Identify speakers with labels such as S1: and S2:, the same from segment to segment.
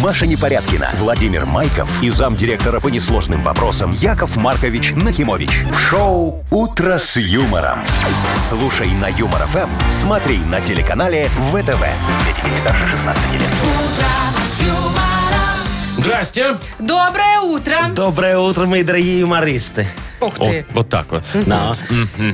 S1: Маша Непорядкина, Владимир Майков и замдиректора по несложным вопросам Яков Маркович Нахимович. В шоу «Утро с юмором». Слушай на Юмор ФМ, смотри на телеканале ВТВ. Для детей старше 16 лет.
S2: Здрасте.
S3: Доброе утро.
S4: Доброе утро, мои дорогие юмористы.
S3: Ух
S2: О,
S3: ты.
S2: вот так вот.
S4: Да.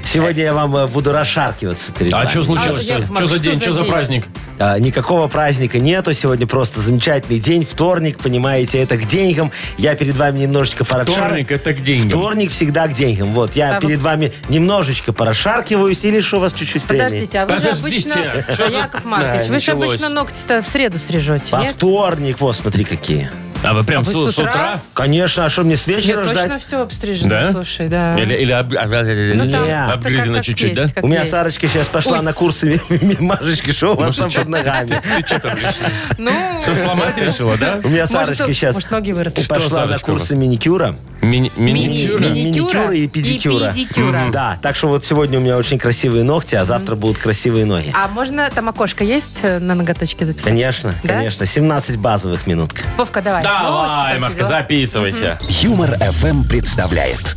S4: Сегодня я вам э, буду расшаркиваться перед
S2: А
S4: вами.
S2: что
S3: А,
S2: случилось-то?
S3: Яков
S2: что
S3: Маркович,
S2: за день,
S3: что
S2: что
S3: за
S2: за
S3: день?
S2: праздник?
S4: А, Никакого праздника нету. Сегодня просто замечательный день. Вторник, понимаете, это к деньгам. Я перед вами немножечко порабшарю.
S2: Вторник это к деньгам.
S4: Вторник всегда к деньгам. Вот, я
S3: А вы-
S4: перед вами немножечко порошаркиваюсь и лишу вас чуть-чуть премии.
S3: Подождите, а вы же
S2: Подождите,
S3: обычно...
S2: что за-
S3: Яков Маркович,
S2: Да,
S3: вы же
S2: началось.
S3: обычно ногти-то в среду срежете,
S4: Во
S3: нет?
S4: вторник, вот, смотри какие.
S2: А вы прям
S3: А вы
S2: с,
S3: с
S2: с утра?
S3: утра?
S4: Конечно, а что мне с
S3: Я
S4: вечера
S3: точно
S4: ждать?
S3: все обстрижено,
S2: Да?
S3: слушай, да.
S2: Или, или об- а, да, да, да, да.
S3: Ну, там,
S4: Не.
S3: так как-
S2: Обгрызено
S3: как
S2: чуть-чуть,
S3: есть,
S2: да?
S3: как
S4: У меня
S3: есть.
S4: Сарочка сейчас пошла
S3: Ой.
S4: на курсы мимашечки, что у вас там под ногами?
S2: Ты что там?
S3: Ну,
S2: Все сломать решила, да?
S4: У меня
S3: может,
S4: Сарочка сейчас
S3: может, ноги выросли.
S2: Что,
S4: пошла на
S2: Сарочка,
S4: курсы маникюра.
S2: Мини-
S3: Мини-
S2: Миникюра?
S3: мини- Миникюра
S4: Миникюра и
S3: и
S4: педикюра.
S3: педикюра.
S4: Мгм. Да, так что вот сегодня у меня очень красивые ногти, а завтра будут красивые ноги.
S3: А можно там окошко есть э, на ноготочке записать?
S4: Конечно,
S3: Да?
S4: конечно. 17 базовых минутка.
S3: Вовка, давай. Новости, там
S2: Давай,
S3: все
S2: Машка,
S3: дела.
S2: записывайся.
S1: Юмор ФМ представляет.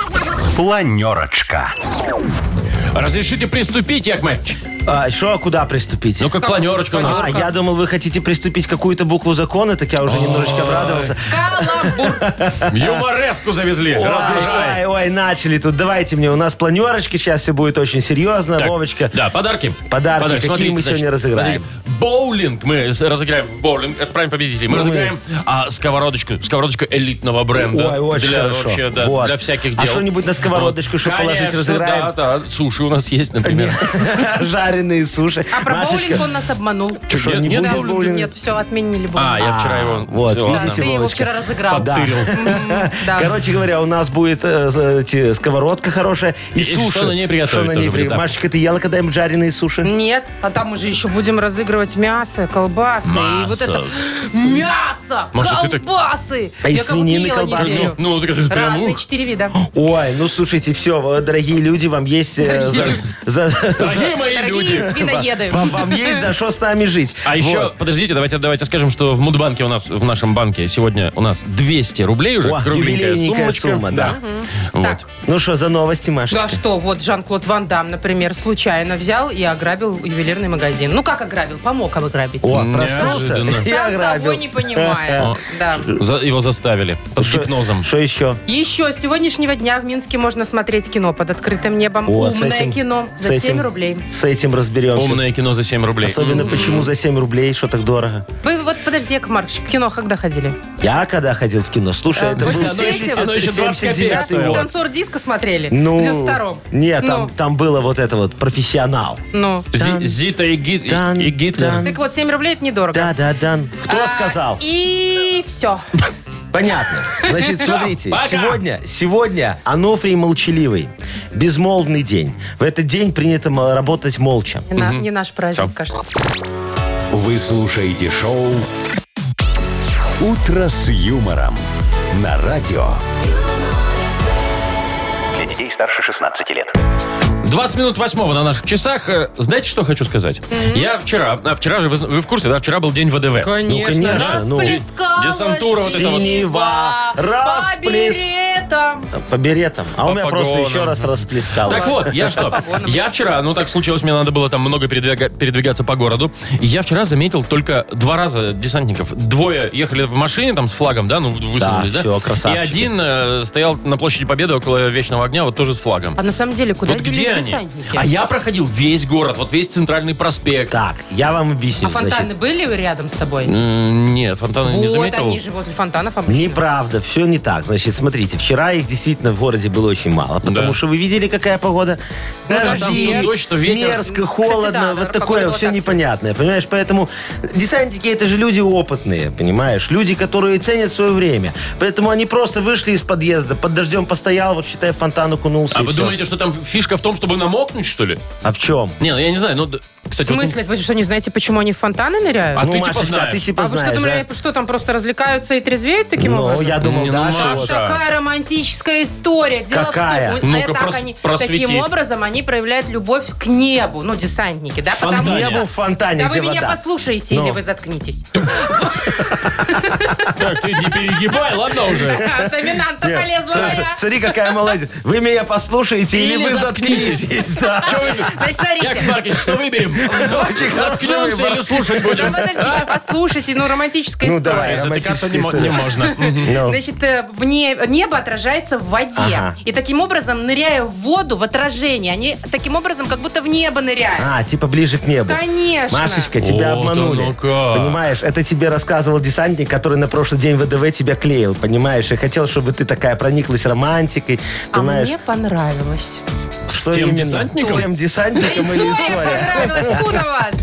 S1: Планерочка.
S2: Разрешите приступить, Яков Маркович?
S4: А, еще куда приступить?
S2: Ну, как планерочка у нас.
S4: А, я думал, вы хотите приступить какую-то букву закона, так я уже немножечко обрадовался.
S3: Каламбур.
S2: Юмореску завезли. Разгружай.
S4: Ой, ой, начали тут. Давайте мне. У нас планерочки. Сейчас все будет очень серьезно.
S2: Так,
S4: Вовочка.
S2: Да, подарки.
S4: Подарки. Какие мы сегодня разыграем?
S2: смотрите, боулинг мы с- разыграем в боулинг. Отправим победителей. Мы
S4: Ну, мы-
S2: разыграем а, сковородочку. Сковородочку элитного бренда.
S4: Ой, очень
S2: для,
S4: хорошо.
S2: вообще, да,
S4: Вот.
S2: для всяких
S4: А
S2: дел.
S4: что-нибудь на сковородочку, чтоб
S2: Конечно,
S4: положить, разыграем?
S2: Да, да. Суши у нас есть, например.
S4: Жареные суши.
S3: А про
S4: Машечка,
S3: боулинг он нас обманул.
S4: что,
S2: Нет,
S4: не
S2: нет
S4: будет
S2: боулинга?
S4: боулинга?
S3: Нет, все, отменили
S2: А,
S3: боулинг.
S2: я вчера его...
S4: вот,
S2: всё,
S3: Да,
S4: видите,
S3: ты его
S4: Вовочка.
S3: вчера разыграл.
S4: Да.
S2: Подтырил.
S3: М, да.
S4: Короче говоря, у нас будет э, э, эти, сковородка хорошая и,
S2: И
S4: суши.
S2: что на ней приготовить
S4: Что на ней
S2: тоже будет,
S4: приготовить?
S2: да.
S4: Машечка, ты ела когда-нибудь жареные суши?
S3: Нет, а там уже еще будем разыгрывать мясо, колбасы и вот
S2: Мясо.
S3: это мясо,
S2: Маша, ты так-
S3: колбасы.
S4: А из
S3: Я как будто
S4: свинины
S3: ела
S4: колбасы?
S3: неделю.
S2: Ну, ну, так это прям
S3: Разные
S2: ух.
S3: четыре вида.
S4: Ой, ну слушайте, все, дорогие люди, вам есть... э,
S3: Дорогие
S4: за-
S3: люди.
S4: за- за-
S2: Дорогие мои люди.
S3: Дорогие свиноеды.
S4: Вам, вам есть за что с нами жить.
S2: А еще,
S4: Вот.
S2: подождите, давайте, давайте скажем, что в Мудбанке у нас, в нашем банке сегодня у нас 200 рублей уже,
S4: О,
S2: кругленькая
S4: юбилейненькая
S2: сумочка.
S4: сумма, да.
S2: Вот.
S3: Так.
S4: Ну что, за новости, Машечка?
S3: Да а что, вот Жан-Клод Ван Дам, например, случайно взял и ограбил ювелирный магазин. Ну как ограбил? Помог ограбить.
S4: О,
S2: Неожиданно.
S4: проснулся
S2: Сам
S4: и
S3: Сам того
S4: ограбил.
S3: не понимая. Да.
S2: За- его заставили под гипнозом.
S4: Что еще?
S3: Еще с сегодняшнего дня в Минске можно смотреть кино под открытым небом.
S4: Вот, с
S3: Умное
S4: этим-
S3: кино
S4: с
S3: за
S4: этим-
S3: 7 рублей.
S4: С этим разберемся.
S2: Умное кино М-м. за 7 рублей.
S4: Особенно почему за 7 рублей, что так дорого?
S3: Вы вот подожди, Яков Маркович, в кино когда ходили?
S4: Я когда ходил в кино, слушай,
S3: Э, в
S4: это был
S3: 83-м?
S4: 70,
S2: Оно еще 20 копеек
S4: 79
S2: стоило.
S4: год.
S3: Танцор диска смотрели?
S4: Ну,
S3: В 92-м?
S4: Нет, там,
S3: Ну.
S4: там было вот это вот профессионал.
S3: Ну.
S2: Зи-
S4: Тан-
S2: Зита и, Ги- и-
S4: Тан-
S2: и Гитлер.
S4: Тан-
S3: Так вот, 7 рублей это недорого.
S4: Да, да, да. Кто
S3: А,
S4: сказал?
S3: И все.
S4: Понятно. Значит, смотрите,
S2: пока.
S4: сегодня, сегодня Ануфрий молчаливый. Безмолвный день. В этот день принято м- работать молча.
S3: Не на- Не наш праздник,
S2: Всё.
S3: кажется.
S1: Вы слушаете шоу «Утро с юмором» на радио. Для детей старше 16 лет.
S2: 20 минут восьмого на наших часах. Э, Знаете, что хочу сказать? Я вчера, а вчера же, вы, зн- вы в курсе, да, вчера был день ВДВ.
S4: конечно, ну.
S3: расплескалось
S2: Десантура вот это вот.
S4: Синева,
S3: по
S4: расплес-
S3: беретам.
S4: По беретам. А у меня
S2: По
S4: просто
S2: погонам.
S4: еще раз расплескалось.
S2: Так вот, я что?
S3: погонам.
S2: Я вчера, ну так случилось, мне надо было там много передвига- передвигаться по городу. И я вчера заметил только два раза десантников. Двое ехали в машине там с флагом, да, ну высунулись, да?
S4: всё, красавчики.
S2: И один э, стоял на площади Победы около Вечного огня, вот тоже с флагом.
S3: А на самом деле, куда
S2: вот где
S3: делись
S2: они?
S3: десантники?
S2: А я проходил весь город, вот весь центральный проспект.
S4: Так, я вам объясню.
S3: А фонтаны
S4: значит.
S3: были рядом с тобой?
S2: М, Нет, фонтаны не
S3: Вот
S2: заметил.
S3: они же возле фонтанов обычно.
S4: Неправда, все не так. Значит, смотрите, вчера их действительно в городе было очень мало, потому
S2: Да. Ну,
S4: что вы видели, какая погода?
S3: да, там
S4: Дожди,
S2: то дождь, то ветер.
S4: мерзко,
S3: Кстати, да,
S4: холодно,
S3: наверное,
S4: вот такое
S3: погода
S4: все
S3: вот так себе.
S4: непонятное, понимаешь? Поэтому десантники это же люди опытные, понимаешь? Люди, которые ценят свое время. Поэтому они просто вышли из подъезда, под дождем постоял, вот считай, в фонтан окунулся.
S2: А
S4: и
S2: вы
S4: всё.
S2: думаете, что там фишка в том, чтобы намокнуть, что ли?
S4: А в чем?
S2: Не, ну я не знаю, ну д-
S3: В
S2: Кстати, вот
S3: смысле? Вы что, не знаете, почему они в фонтаны ныряют?
S2: А
S4: Ну,
S2: ты типа
S4: Машечка,
S2: знаешь.
S4: а ты
S3: а
S4: типа
S3: вы что
S4: знаешь,
S3: думали, что там просто развлекаются и трезвеют таким
S4: Ну,
S3: образом?
S4: я думал,
S2: Не, ну,
S4: Даша,
S2: Маша,
S4: вот-
S3: А, Такая романтическая история. Дело
S4: Какая?
S3: в том,
S2: Ну-ка,
S3: э, так
S2: прос-
S3: они-
S2: просвети.
S3: таким образом они проявляют любовь к небу, ну, десантники, да?
S2: Фонтане.
S3: Потому что-
S2: Небу
S4: в фонтане,
S3: Да
S4: где
S3: вы меня
S4: вода.
S3: послушаете
S4: Ну.
S3: или вы заткнитесь.
S2: Так, ты не перегибай, ладно уже.
S3: А, Доминанта полезла
S4: Смотри,
S3: моя.
S4: Смотри, какая молодец. Вы меня послушаете или,
S2: Или
S4: вы
S2: заткнитесь.
S4: заткнитесь. да.
S2: Что вы-
S3: Значит, смотрите.
S2: Яков Маркович, что выберем? Заткнемся или слушать
S3: Ну,
S2: будем?
S3: подождите, послушайте, ну, романтическая
S4: Ну,
S3: история.
S4: давай.
S2: Затыкаться не
S4: Романтическая
S2: мо- не
S4: история.
S2: можно.
S4: Ну.
S3: Значит, э, в не- небо отражается в воде.
S4: Ага.
S3: И таким образом, ныряя в воду, в отражение, они таким образом как будто в небо ныряют.
S4: А, типа ближе к небу.
S3: Конечно.
S4: Машечка, тебя
S2: Вот
S4: обманули.
S2: оно как.
S4: Понимаешь, это тебе рассказывал десантник, который на прошлый день ВДВ тебя клеил, понимаешь? И хотел, чтобы ты такая прониклась романтикой,
S3: А
S4: понимаешь?
S3: мне понравилось.
S4: Что
S2: тем
S4: именно?
S2: десантником?
S4: С тем десантником или история?
S3: понравилась. Фу на вас.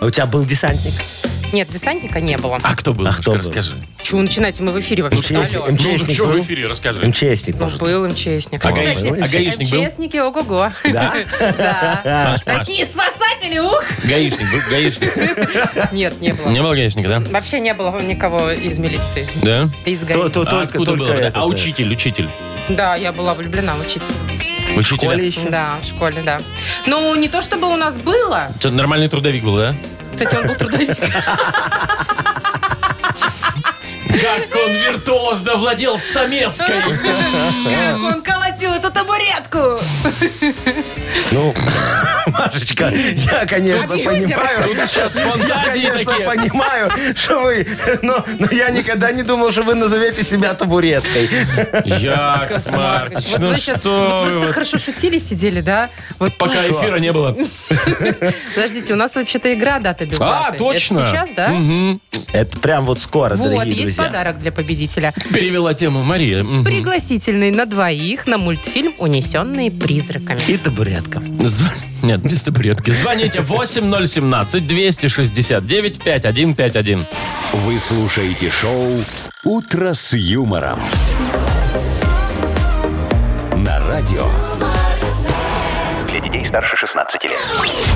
S4: А У тебя был десантник?
S3: Нет, десантника не было.
S2: А кто был?
S4: А кто
S2: Машка,
S4: был?
S2: Расскажи.
S3: Чего начинаете? Мы в эфире вообще.
S4: МЧСник,
S3: Алло.
S2: Ну,
S4: МЧСник
S2: что в
S4: был?
S2: эфире, расскажи.
S4: МЧСник,
S3: Ну,
S4: может.
S3: был МЧСник.
S2: А
S3: Ну,
S2: гаи-
S3: кстати,
S2: а гаишник был?
S3: МЧСники, ого-го.
S4: Да?
S3: Да. Такие спасатели, ух.
S2: Гаишник был? Гаишник.
S3: Нет, не было.
S2: Не было гаишника, да?
S3: Вообще не было никого из милиции.
S2: Да?
S3: Из ГАИ.
S4: То, то,
S2: А
S4: Ну, только,
S2: откуда
S4: только
S2: было?
S4: этот,
S2: А
S4: э,
S2: учитель, учитель.
S3: Да, я была влюблена в учителя.
S4: в школе
S2: Учитель.
S4: еще?
S3: Да, в школе, да. Ну, не то чтобы у нас было.
S2: Что, нормальный трудовик был, да?
S3: Кстати, он был трудовик.
S2: Как он виртуозно владел стамеской.
S3: Как он колотил эту табуретку.
S4: Ну, Машечка, я, конечно,
S3: Абьюзер.
S4: понимаю.
S2: Тут сейчас
S4: Я,
S2: фантазии
S4: конечно,
S2: такие.
S4: понимаю, что вы... Но, но я никогда не думал, что вы назовете себя табуреткой.
S2: Яков Маркович,
S3: Вот
S2: ну
S3: вы сейчас
S2: что
S3: вот
S2: вы
S3: вы так
S2: вот.
S3: хорошо шутили, сидели, да? Вот ну,
S2: Пока эфира не было.
S3: Подождите, у нас вообще-то игра дата без
S2: А,
S3: даты.
S2: точно.
S3: Это сейчас, да?
S2: Мгм.
S4: Это прям вот скоро,
S3: Вот,
S4: дорогие
S3: есть
S4: друзья.
S3: подарок для победителя.
S2: Перевела тему Мария. Мгм.
S3: Пригласительный на двоих на мультфильм «Унесенные призраками».
S4: И табуретка.
S2: Зв- Нет, без табуретки. Звоните 8017-269-5151.
S1: Вы слушаете шоу «Утро с юмором». На радио.
S5: Для детей старше 16 лет.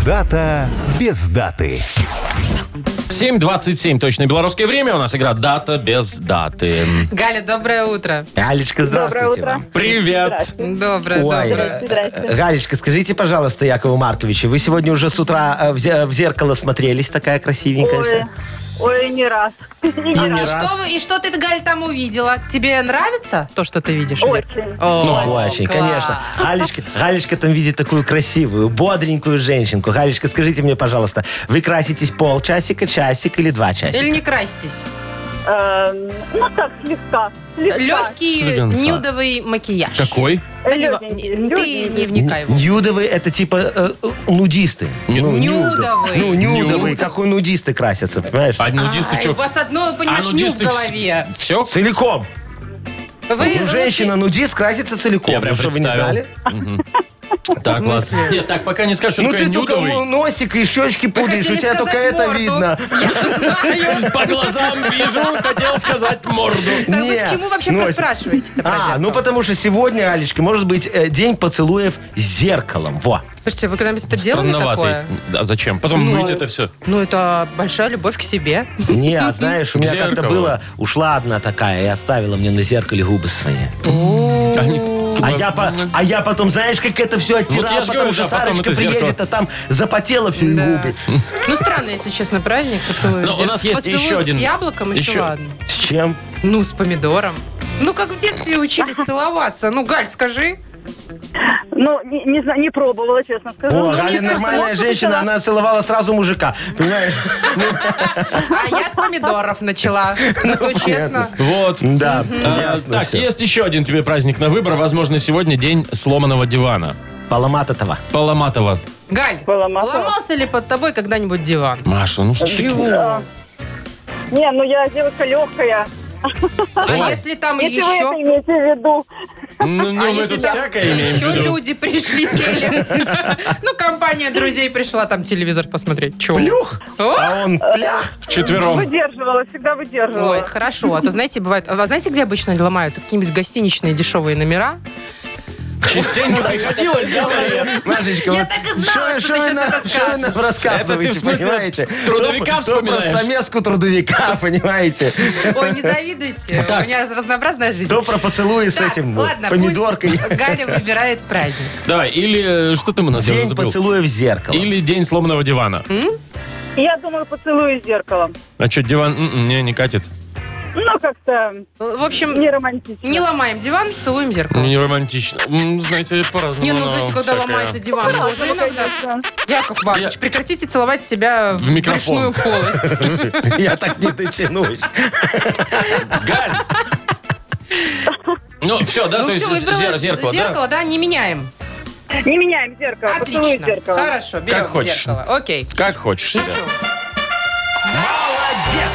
S1: Дата без даты.
S2: 7.27, точно белорусское время. У нас игра «Дата без даты».
S3: Галя, доброе утро.
S4: Галечка, здравствуйте
S6: Доброе
S4: вам.
S6: утро.
S2: Привет.
S3: Доброе,
S4: Ой,
S3: доброе.
S4: э,
S6: Здрасте.
S4: Галечка, скажите, пожалуйста, Якову Марковичу, вы сегодня уже с утра э, в зе- в зеркало смотрелись, такая красивенькая
S6: Ой,
S4: вся?
S6: ой, не раз. Не
S4: И не
S6: раз.
S3: И А что, вы- и что ты, Галь, там увидела? Тебе нравится то, что ты видишь?
S6: Очень.
S3: О,
S2: Ну,
S4: Очень,
S3: класс.
S4: конечно. Галечка, Галечка там видит такую красивую, бодренькую женщинку. Галечка, скажите мне, пожалуйста, вы краситесь полчасика, часик или два часика?
S3: Или не краситесь?
S6: Эм, ну так, слегка. слегка.
S3: Легкий
S2: Слегонца.
S3: нюдовый макияж.
S2: Какой?
S3: Да не-
S6: Легенький,
S3: не- ты не
S6: легенький.
S3: вникай его.
S4: Нюдовые это типа э, э, нудисты.
S2: Ню-
S3: Нюдовые.
S4: Ну,
S2: Нюдовые.
S4: нюдовые, как у нудисты красятся, понимаешь?
S2: А нудисты
S3: Ай,
S2: чё?
S3: у вас одно, понимаешь,
S2: А
S3: нюд
S2: нудисты
S3: в голове.
S2: Все?
S4: Целиком.
S3: Вы,
S4: Ну, женщина нудист красится целиком.
S2: Я прям
S4: Ну, что вы не
S2: представил.
S4: знали?
S2: Так,
S3: В смысле?
S2: ладно. Нет, так пока не скажешь, что
S4: Ну
S2: такое
S4: ты только
S2: нюдовый.
S4: ну, носик и щечки
S3: вы
S4: пудришь, у
S3: хотели
S4: тебя только
S3: сказать
S4: это
S3: морду.
S4: видно.
S3: Я знаю.
S2: По глазам вижу, хотел сказать морду.
S3: Так вы
S4: Не,
S3: к чему вообще
S4: носик.
S3: поспрашиваете-то про
S4: А,
S3: зеркало?
S4: ну потому что сегодня, Алечка, может быть, э, день поцелуев с зеркалом. Во.
S3: Слушайте, вы когда-нибудь это делали такое?
S2: Странноватый. А зачем? Потом мыть это все.
S3: Ну, это большая любовь к себе.
S4: Не, а знаешь, у меня
S2: Зеркало.
S4: как-то было, ушла одна такая и оставила мне на зеркале губы свои. А
S2: типа,
S4: я, по- а я потом, знаешь, как это все оттирала,
S2: я ж
S4: потому
S2: говорю,
S4: что
S2: да, потом
S4: Сарочка
S2: это зеркало.
S4: приедет, а там запотела все и губы.
S3: Ну, странно, если честно, праздник поцелуев.
S2: Ну, у нас есть еще один.
S3: с яблоком еще,
S2: Еще.
S3: ладно.
S4: С чем?
S3: Ну, с помидором. Ну, как в детстве учились целоваться. Ну, Галь, скажи.
S6: Ну, не, не знаю, не пробовала, честно скажу.
S4: О,
S6: Ну,
S4: Галя
S3: мне кажется,
S4: нормальная
S6: вот
S4: женщина,
S6: это-
S4: она целовала сразу мужика. Понимаешь?
S3: А я с помидоров начала. Зато честно.
S2: Вот.
S4: Да,
S2: А,
S4: ясно
S2: так,
S4: все.
S2: есть еще один тебе праздник на выбор. Возможно, сегодня день сломанного дивана.
S4: Поломатого.
S2: Поломатого.
S3: Галь,
S6: Поломала.
S3: ломался ли под тобой когда-нибудь диван?
S2: Маша, ну что ты-
S3: Чего?
S6: Не, ну я девушка легкая.
S3: А если там
S6: Если вы это
S3: еще...
S6: имеете в виду.
S2: Ну, ну,
S3: А
S2: мы
S3: если
S2: тут
S3: там
S2: всякое имеем в
S3: еще
S2: виду.
S3: люди пришли, сели? Ну, компания друзей пришла там телевизор посмотреть. Чего?
S4: Плюх,
S3: О,
S4: а он плях.
S2: Вчетвером.
S6: Выдерживала, всегда
S3: Ой,
S6: выдерживала.
S3: это хорошо. А то, знаете, бывает... А знаете, где обычно ломаются? Какие-нибудь гостиничные дешевые номера?
S2: Частенько приходилось, да, Мария?
S4: Машечка,
S3: Я
S4: вот
S3: так и знала, что
S4: шо- шо
S3: ты
S4: вы
S3: сейчас
S4: нам-
S3: это
S4: шо вы
S3: скажешь.
S4: нам рассказываете,
S2: Это ты, в смысле,
S4: понимаете?
S2: трудовика
S4: То- то
S2: вспоминаешь?
S4: местку трудовика, понимаете?
S3: Ой, не завидуйте.
S2: Так.
S3: У меня разнообразная жизнь.
S4: То про поцелуи с
S3: Так,
S2: э,
S4: этим
S3: ладно, пусть
S4: помидоркой.
S3: Галя выбирает праздник.
S2: Давай, или э, что ты у нас я уже
S4: День
S2: забыл?
S4: поцелуя в зеркало.
S2: Или день сломанного дивана.
S6: Я думаю, поцелую с зеркалом.
S2: А что, диван м-м, не, не катит?
S6: Ну, как-то
S3: В общем,
S6: не романтично.
S3: не ломаем диван, целуем зеркало.
S2: Не романтично. М, Знаете, по-разному.
S3: Не, ну, знаете, когда
S2: всякое.
S3: ломается диван, тоже иногда. Яков Маркович,
S2: Я-
S3: прекратите целовать себя в
S2: микрофон.
S3: брюшную полость.
S4: Я так не дотянусь.
S2: Галь! Ну, все, да,
S3: Ну
S2: то
S3: все,
S2: есть
S3: выбрала
S2: зер- зеркало, да?
S3: зеркало, да, не меняем.
S6: Не меняем зеркало, поцелую
S3: Отлично.
S6: с зеркалом.
S3: Хорошо, берем
S2: Как хочешь.
S3: зеркало. Окей.
S2: Как хочешь. себе.
S4: Молодец!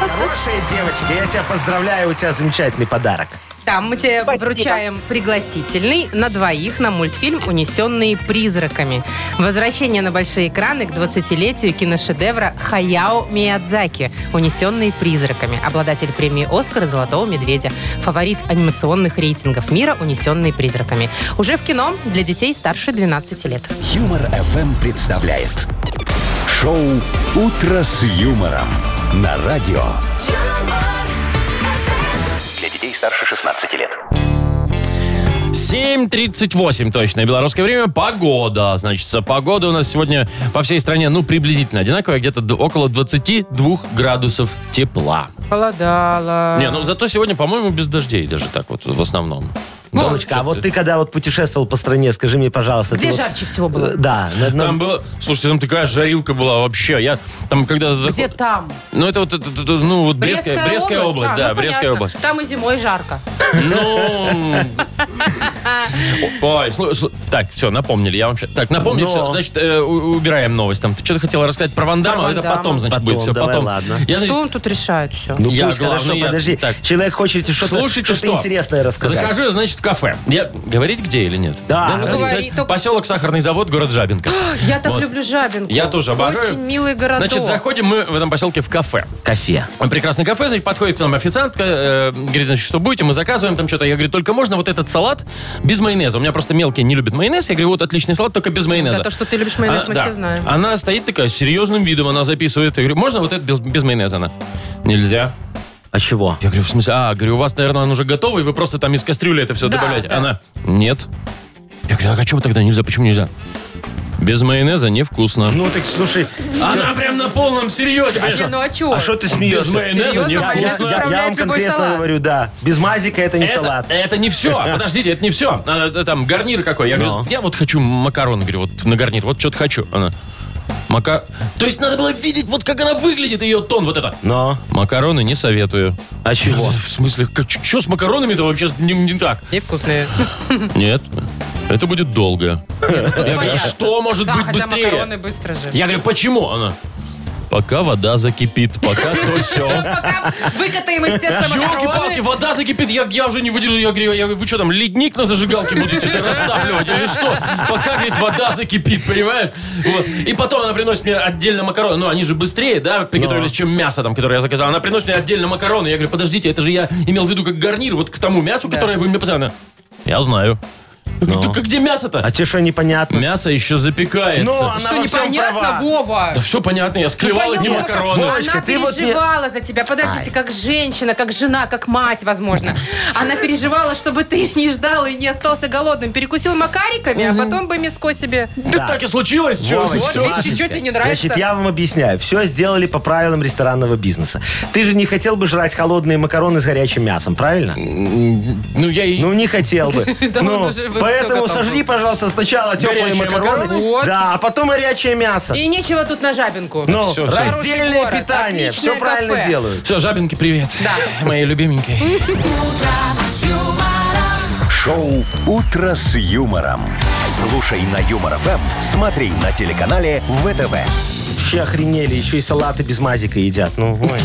S4: Хорошая девочка, я тебя поздравляю, у тебя замечательный подарок.
S3: Там мы тебе
S6: Спасибо.
S3: вручаем пригласительный на двоих на мультфильм «Унесенные призраками». Возвращение на большие экраны к 20-летию киношедевра Хаяо Миядзаки «Унесенные призраками». Обладатель премии «Оскар» и «Золотого медведя». Фаворит анимационных рейтингов мира «Унесенные призраками». Уже в кино для детей старше 12 лет.
S1: Юмор FM представляет шоу Утро с юмором на радио.
S7: юмор,
S5: Для детей старше 16 лет.
S2: 7.38 точное белорусское время. Погода, значит. Погода у нас сегодня по всей стране, ну, приблизительно одинаковая. Где-то д- около 22 градусов тепла.
S3: Холодало.
S2: Не, ну, зато сегодня, по-моему, без дождей даже так вот в основном.
S3: Ну,
S4: Домочка, а вот ты когда вот путешествовал по стране, скажи мне, пожалуйста.
S3: Где
S4: ты вот-
S3: жарче всего было?
S4: Э, Да. на- на-
S2: Там было... Слушайте, там такая жарилка была вообще. Я там когда... зах-
S3: Где там?
S2: Ну, это вот, это- это- ну, вот Брестская, Брестская, область,
S3: А,
S2: да,
S3: ну,
S2: Брестская
S3: понятно.
S2: область.
S3: Там и зимой жарко.
S2: Ну... Ой, слу- слу- так, все, напомнили, я вам щас- Так, напомню,
S4: Но.
S2: все, значит, э, у- убираем новость там. Ты что-то хотела рассказать про Ван Дамма,
S3: Про
S2: а
S3: Ван
S2: это
S3: Дамма.
S2: потом, значит,
S4: Потом,
S2: будет все,
S4: давай,
S2: потом.
S4: ладно.
S2: Я,
S3: Что он
S2: значит,
S3: тут решает все?
S4: Ну
S2: я
S4: пусть, хорошо,
S2: главный, я-
S4: подожди.
S2: так.
S4: Человек хочет что-то
S2: Слушайте,
S4: что-то интересное рассказать.
S2: Захожу, значит, в кафе. Я... Говорить где или нет?
S4: Да. Ну,
S3: говори, только-
S2: Поселок Сахарный завод, город Жабинка.
S3: Я так
S2: Вот.
S3: люблю Жабинку.
S2: Я тоже обожаю.
S3: Очень милый городок.
S2: Значит, заходим мы в этом поселке в кафе.
S4: Кофе.
S2: Прекрасное кафе, значит, подходит к нам официантка, э, говорит, значит, что будете, мы заказываем там что-то. Я говорю, только можно вот этот салат без майонеза. У меня просто мелкие не любят майонез. Я говорю, вот отличный салат, только без майонеза.
S3: Да, то, что ты любишь майонез,
S2: Она-
S3: мы
S2: А, да.
S3: все знаем.
S2: Она стоит такая, с серьезным видом, она записывает. Я говорю, можно вот это без, без майонеза? Она, нельзя.
S4: А чего?
S2: Я говорю, в смысле, а, говорю, у вас, наверное, он уже готовый, вы просто там из кастрюли это все
S3: Да,
S2: добавляете.
S3: да.
S2: Она, нет. Я говорю, а чего тогда нельзя, почему нельзя? Без майонеза невкусно.
S4: Ну так слушай,
S2: Она прям на полном серьезе. понимаешь?
S3: Не, ну а чего?
S4: а что ты смеешься?
S2: майонеза
S4: Я-
S2: не
S3: Серьезно,
S4: я,
S3: майонез
S2: вкусно.
S4: я- я
S3: заправляет
S4: вам
S3: любой
S4: конкретно
S3: салат.
S4: говорю, да. Без мазика это не
S2: это,
S4: салат.
S2: это не все. Подождите, это не все. там гарнир какой. Я
S4: Но.
S2: говорю, я вот хочу макароны, говорю, вот на гарнир, вот что-то хочу. Она. Мака... То есть надо было видеть, вот как она выглядит, ее тон вот это.
S4: Но,
S2: Макароны не советую.
S4: а чего?
S2: В смысле, как, что с макаронами-то вообще не, не так?
S3: Невкусные.
S2: Нет, это будет долго.
S3: Вот
S2: Я говорю, а
S3: понятно.
S2: что может
S3: Да,
S2: быть
S3: хотя
S2: быстрее?
S3: макароны быстро же.
S2: Я говорю, почему? Она, пока вода закипит, пока то все.
S3: Пока выкатаем из теста
S2: Елки-палки,
S3: макароны.
S2: вода закипит, я, я уже не выдержу. Я говорю, я говорю, вы что там, ледник на зажигалке будете это растапливать или что? Пока, говорит, вода закипит, понимаешь? Вот. И потом она приносит мне отдельно макароны. Ну, они же быстрее, да, приготовились, чем мясо там, которое я заказал. Она приносит мне отдельно макароны. Я говорю, подождите, это же я имел в виду как гарнир вот к тому мясу, которое вы мне поставили. Она, Я знаю. Я говорю, «Так а где мясо-то?
S4: А тебе что непонятно?
S2: Мясо еще запекается.
S4: Ну, она
S3: Что
S4: во всем
S3: непонятно,
S4: права.
S3: Вова?
S2: Да все понятно, я склевал
S3: Ну,
S2: эти
S3: поел, как-
S2: макароны.
S4: Вовочка,
S3: Она
S4: ты вот мне-
S3: переживала за тебя. Подождите, как женщина, как жена, как мать, возможно. Она переживала, чтобы ты не ждал и не остался голодным. Перекусил макариками, а потом бы мяско себе.
S2: Да так и случилось. чё,
S4: Вовочка,
S3: Вот
S2: всё.
S3: видишь, и что тебе не нравится?
S4: Значит, я вам объясняю. Все сделали по правилам ресторанного бизнеса. Ты же не хотел бы жрать холодные макароны с горячим мясом, правильно?
S2: Ну, я и...
S4: Ну, не хотел бы.
S3: Да
S4: Ну,
S3: он уже вот всё
S4: поэтому
S3: готов
S4: сожри,
S3: был.
S4: пожалуйста, сначала теплые
S2: Горячие макароны?
S4: макароны.
S3: Вот.
S4: Да, а потом горячее мясо.
S3: И нечего тут на жабинку.
S4: Ну,
S2: Всё, всё.
S3: Хороший
S4: раздельное
S3: город,
S4: питание.
S3: отличное
S4: Все правильно
S3: кафе.
S4: делают.
S2: Все, жабинки, привет.
S3: Да.
S2: Мои любименькие.
S1: Шоу Утро с юмором. Слушай на Юмор ФМ, смотри на телеканале ВТВ.
S4: Вообще охренели. Еще и салаты без мазика едят. Ну, ой.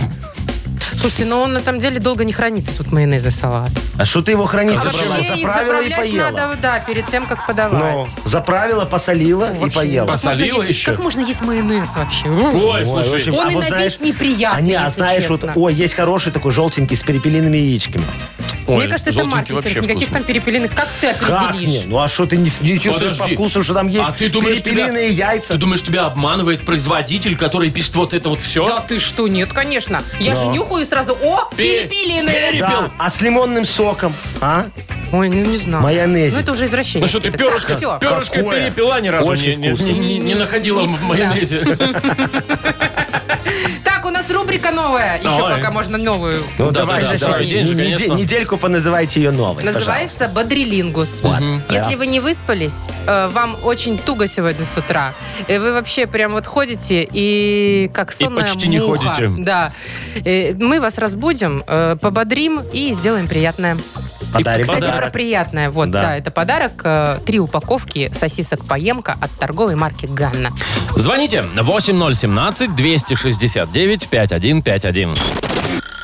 S3: Слушайте, но он на самом деле долго не хранится, вот майонез и салат.
S4: А что ты его хранить
S3: А
S4: собралась?
S3: вообще их
S4: Заправила и
S3: заправлять надо,
S4: поела.
S3: вот, да, перед тем, как
S4: Ну,
S3: подавать.
S4: заправила,
S3: Ну,
S4: посолила и поела.
S3: Как можно
S2: Посолила
S3: есть-
S2: еще?
S3: Как можно есть майонез вообще? М.
S2: Ой,
S4: Ой,
S2: слушай.
S4: очень-
S3: Он
S4: а
S3: и
S4: вот
S3: на
S4: знаешь-
S3: вид неприятный,
S4: А не, а
S3: если
S4: знаешь,
S3: честно.
S4: вот, ой, есть хороший такой желтенький с перепелиными яичками.
S2: Ой,
S3: Мне кажется, это
S2: желтенький
S3: маркетинг.
S2: вообще
S3: Никаких
S2: вкусно.
S3: там перепелиных. Как ты
S4: Как? Не,
S3: определишь?
S4: ну а что ты не, не чувствуешь по
S2: Подожди.
S4: вкусу, что там есть
S2: а ты думаешь, тебя-
S4: перепелиные яйца?
S2: Ты думаешь, тебя обманывает производитель, который пишет вот это вот все?
S3: Да ты что, нет, конечно. Я же нюхаю и сразу, о,
S2: Пе-
S3: перепелиные.
S4: Да, а с лимонным соком, а?
S3: Ой, ну не знаю.
S4: Майонезик.
S3: Ну это уже извращение.
S2: Ну что, ты
S3: какие-то. Так,
S2: перышко,
S3: всё.
S2: перышко
S4: Какое?
S2: перепила ни разу не,
S4: Очень
S2: не-
S4: вкусно.
S2: не- не- не находила в майонезе.
S3: Так, у нас рубрика новая. Еще
S2: Давай.
S3: пока можно новую.
S4: Ну
S2: Да,
S4: давай,
S2: да, да,
S4: же,
S2: давай,
S4: Сергей,
S2: день же,
S4: неде-
S2: конечно.
S4: недельку поназывайте ее новой. пожалуйста.
S3: Называется бодрилингус. Если вы не выспались, э, вам очень туго сегодня с утра. И вы вообще прям вот ходите и как сонная
S2: почти не
S3: муха.
S2: ходите.
S3: Да. Э, Мы вас разбудим, э, пободрим и сделаем приятное.
S4: Подарим
S3: Кстати, про
S4: подарок.
S3: приятное. Вот, да.
S4: Да.
S3: это подарок. э, Три упаковки сосисок поемка от торговой марки Ганна.
S2: Звоните 8017-269-5151.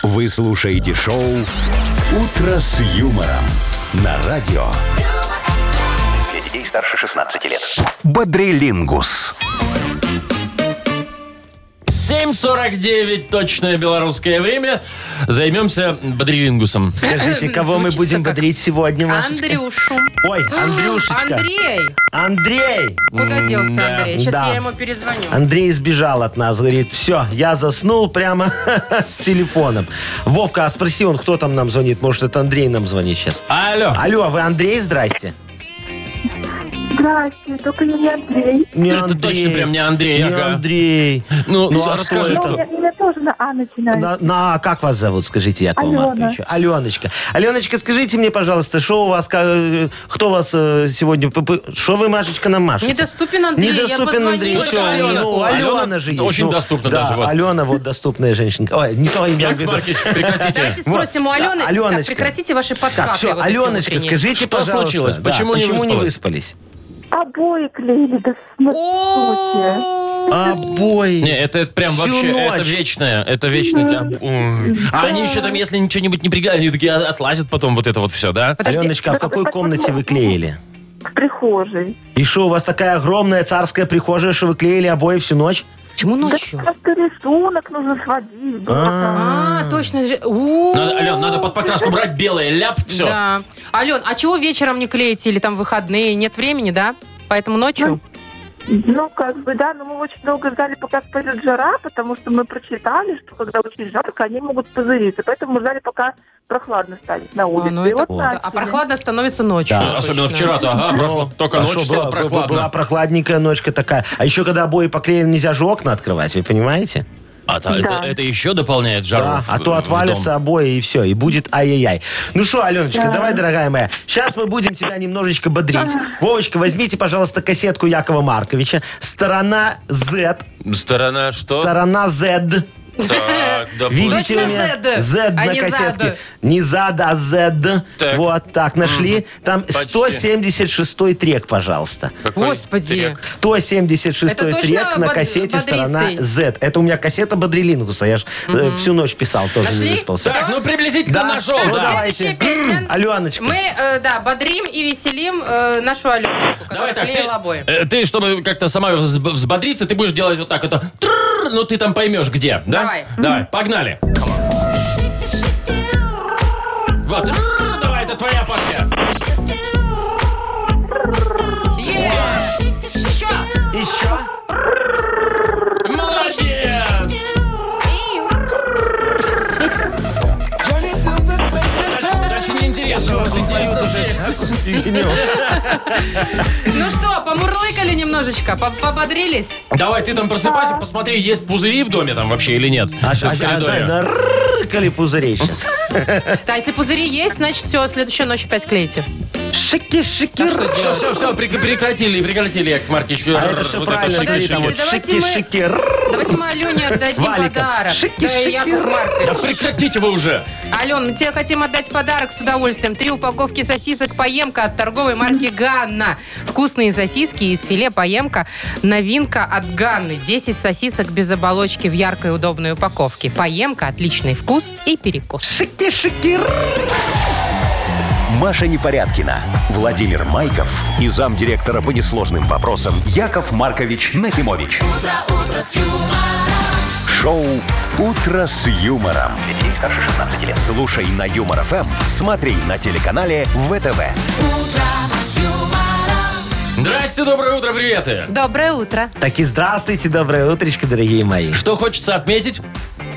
S1: Вы слушаете шоу «Утро с юмором» на радио
S5: Для детей старше 16 лет.
S1: «Бодрилингус».
S2: 7.49, точное белорусское время. Займемся бодрилингусом.
S4: Скажите, кого мы
S3: Звучит-то
S4: будем
S3: как-
S4: бодрить сегодня, Машечка?
S3: Андрюшу.
S4: Ой, Андрюшечка.
S3: Андрей!
S4: Андрей!
S3: Куда делся
S2: да.
S3: Андрей? Сейчас
S4: Да.
S3: я ему перезвоню.
S4: Андрей сбежал от нас, говорит, все, я заснул прямо с телефоном. Вовка, а спроси он, кто там нам звонит, может, это Андрей нам звонит сейчас.
S2: Алло.
S4: Алло, а вы Андрей, здрасте.
S7: Здравствуйте, только я не Андрей.
S4: Не
S2: Это точно прям не Андрей,
S4: Не
S2: ага.
S4: Андрей.
S2: Ну,
S4: Ну,
S2: с-
S4: а
S2: расскажи.
S4: кто
S7: Ну,
S4: это?
S2: кто-
S7: меня, меня тоже на А начинает.
S4: На, на- как вас зовут, скажите, Якова
S7: Алена.
S4: Марковича? Аленочка. Аленочка, скажите мне, пожалуйста, что у вас, ка- э, кто вас э, сегодня, что вы, Машечка, нам машете?
S3: Недоступен Андрей, я
S4: Недоступен
S3: позвонила
S4: Андрей. Всё,
S3: человеку.
S4: ну, Алена,
S2: Алена
S4: же есть.
S2: очень
S4: ну,
S2: доступна
S4: да,
S2: даже, вот.
S4: Алена, вот доступная женщинка. Ой, не то имя.
S2: Так,
S4: в виду.
S2: Маркич, прекратите.
S3: Давайте спросим у Алены. Так,
S4: Аленочка.
S3: прекратите ваши подкасты.
S4: Так, все,
S3: вот эти
S4: Аленочка,
S3: утренние.
S4: скажите,
S2: Что
S4: пожалуйста.
S2: случилось?
S4: да,
S2: Почему не
S4: почему не
S2: выспалась?
S4: выспались?
S7: Обои клеили до смерти.
S3: О,
S4: Обои.
S2: Не, это прям
S4: Всю
S2: вообще, это
S4: ночь.
S2: вечное, это вечное. тебя- Ой. А они еще там, если ничего нибудь не пригодят, они такие отлазят потом вот это вот все, да?
S3: Подожди,
S4: Аленочка, а в какой комнате вы клеили?
S7: В прихожей.
S4: И что, у вас такая огромная царская прихожая, что вы клеили обои всю ночь?
S3: почему
S7: Да
S3: ночью?
S7: просто рисунок нужно сводить. было там.
S3: А, точно же. У,
S2: Надо, Ален, надо под покраску брать белое, ляп, все.
S3: Да. Ален, а чего вечером не клеите или там выходные? Нет времени, да? Поэтому ночью?
S7: Ну, как бы, да, но мы очень долго ждали, пока спадет жара, потому что мы прочитали, что когда очень жарко, они могут пузыриться. Поэтому мы ждали, пока прохладно станет на улице.
S3: А, ну
S7: И
S3: это
S7: вот
S3: круто.
S7: начали.
S3: А прохладно становится ночью.
S4: Да.
S2: А, Особенно
S3: Точно.
S2: вчера-то, ага, прохла- только
S4: А
S2: ночь
S4: что,
S2: стало
S4: была, была-
S2: прохладно.
S4: была прохладненькая ночка такая. А еще, когда обои поклеены, нельзя же окна открывать, вы понимаете?
S2: А то- это,
S7: Да.
S2: это еще дополняет жару.
S4: Да, а
S2: в-
S4: то
S2: в
S4: отвалятся
S2: дом.
S4: обои и все, и будет ай-яй-яй. Ну что, Аленочка, давай, дорогая моя, сейчас мы будем тебя немножечко бодрить. Вовочка, возьмите, пожалуйста, кассетку Якова Марковича. Сторона Z.
S2: Сторона что?
S4: Сторона Z.
S2: Так, допустим.
S4: Видите
S3: Точно
S4: у меня
S3: Z?
S4: Z
S3: А
S4: на
S3: не
S4: кассетке.
S3: зада.
S4: Не зад, а Z.
S2: Так.
S4: Вот так, нашли. Там 176-й трек, пожалуйста.
S2: Какой
S3: Господи.
S2: трек?
S4: 176
S3: Это точно
S4: трек на
S3: бод-
S4: кассете «Сторона
S3: бодристый»?
S4: Z. Это у меня кассета Бодрилингуса. Я ж э, всю ночь писал, тоже
S3: Нашли?
S4: не выспался.
S2: Так, ну приблизительно
S4: Да.
S2: нашел,
S4: Так,
S2: да.
S4: ну давай.
S3: Следующая
S4: Давайте.
S3: песня.
S4: Аленочка.
S3: Мы, э, да, бодрим и веселим э, нашу Аленушку, которая
S2: Давай так, ты,
S3: клеила обои.
S2: э, ты, чтобы как-то сама взб- взбодриться, ты будешь делать вот так, это трррр, ну ты там поймешь где, да?
S3: Давай.
S2: Давай, погнали. Вот, трррр, давай, это твоя партия.
S3: Е! Еще!
S4: Еще.
S2: Молодец! Дальше, дальше неинтересно. Вот интересно здесь.
S4: Фигню.
S3: Ну что, помурлыкали немножечко, по- пободрились?
S2: Давай, ты там просыпайся, посмотри, есть пузыри в доме там вообще или нет.
S4: А, ща-
S2: в
S4: а ща-
S2: коридоре.
S4: дай, нарыкали пузырей сейчас.
S3: Да, если пузыри есть, значит все, следующая ночь опять клеите.
S4: Шики, шики. ры.
S2: Все, все, все, прекратили, прекратили, Яков Маркич.
S4: А это все правильно.
S3: шики,
S4: смотри, там
S3: шики.
S4: вот
S3: Давайте
S4: Шики,
S3: мы-
S4: шики. ры.
S3: Давайте мы Алене отдадим
S4: Валиком.
S3: подарок.
S4: Шики,
S3: да,
S4: шики.
S3: Яков
S2: Да
S3: Маркович.
S2: прекратите вы уже.
S3: Ален, мы тебе хотим отдать подарок с удовольствием. Три упаковки сосисок «Поемка» от торговой марки «Ганна». Вкусные сосиски из филе «Поемка». Новинка от «Ганны». 10 сосисок без оболочки в яркой удобной упаковке. «Поемка» – отличный вкус и перекус.
S4: Шики, шики. ры.
S1: Маша Непорядкина, Владимир Майков и замдиректора по несложным вопросам Яков Маркович Нахимович. Шоу «Утро с юмором».
S5: Для детей старше 16 лет.
S1: Слушай на Юмор ФМ, смотри на телеканале ВТВ.
S2: Здрасте, доброе утро, приветы.
S3: Доброе утро.
S4: Так и здравствуйте, доброе утречко, дорогие мои.
S2: Что хочется отметить?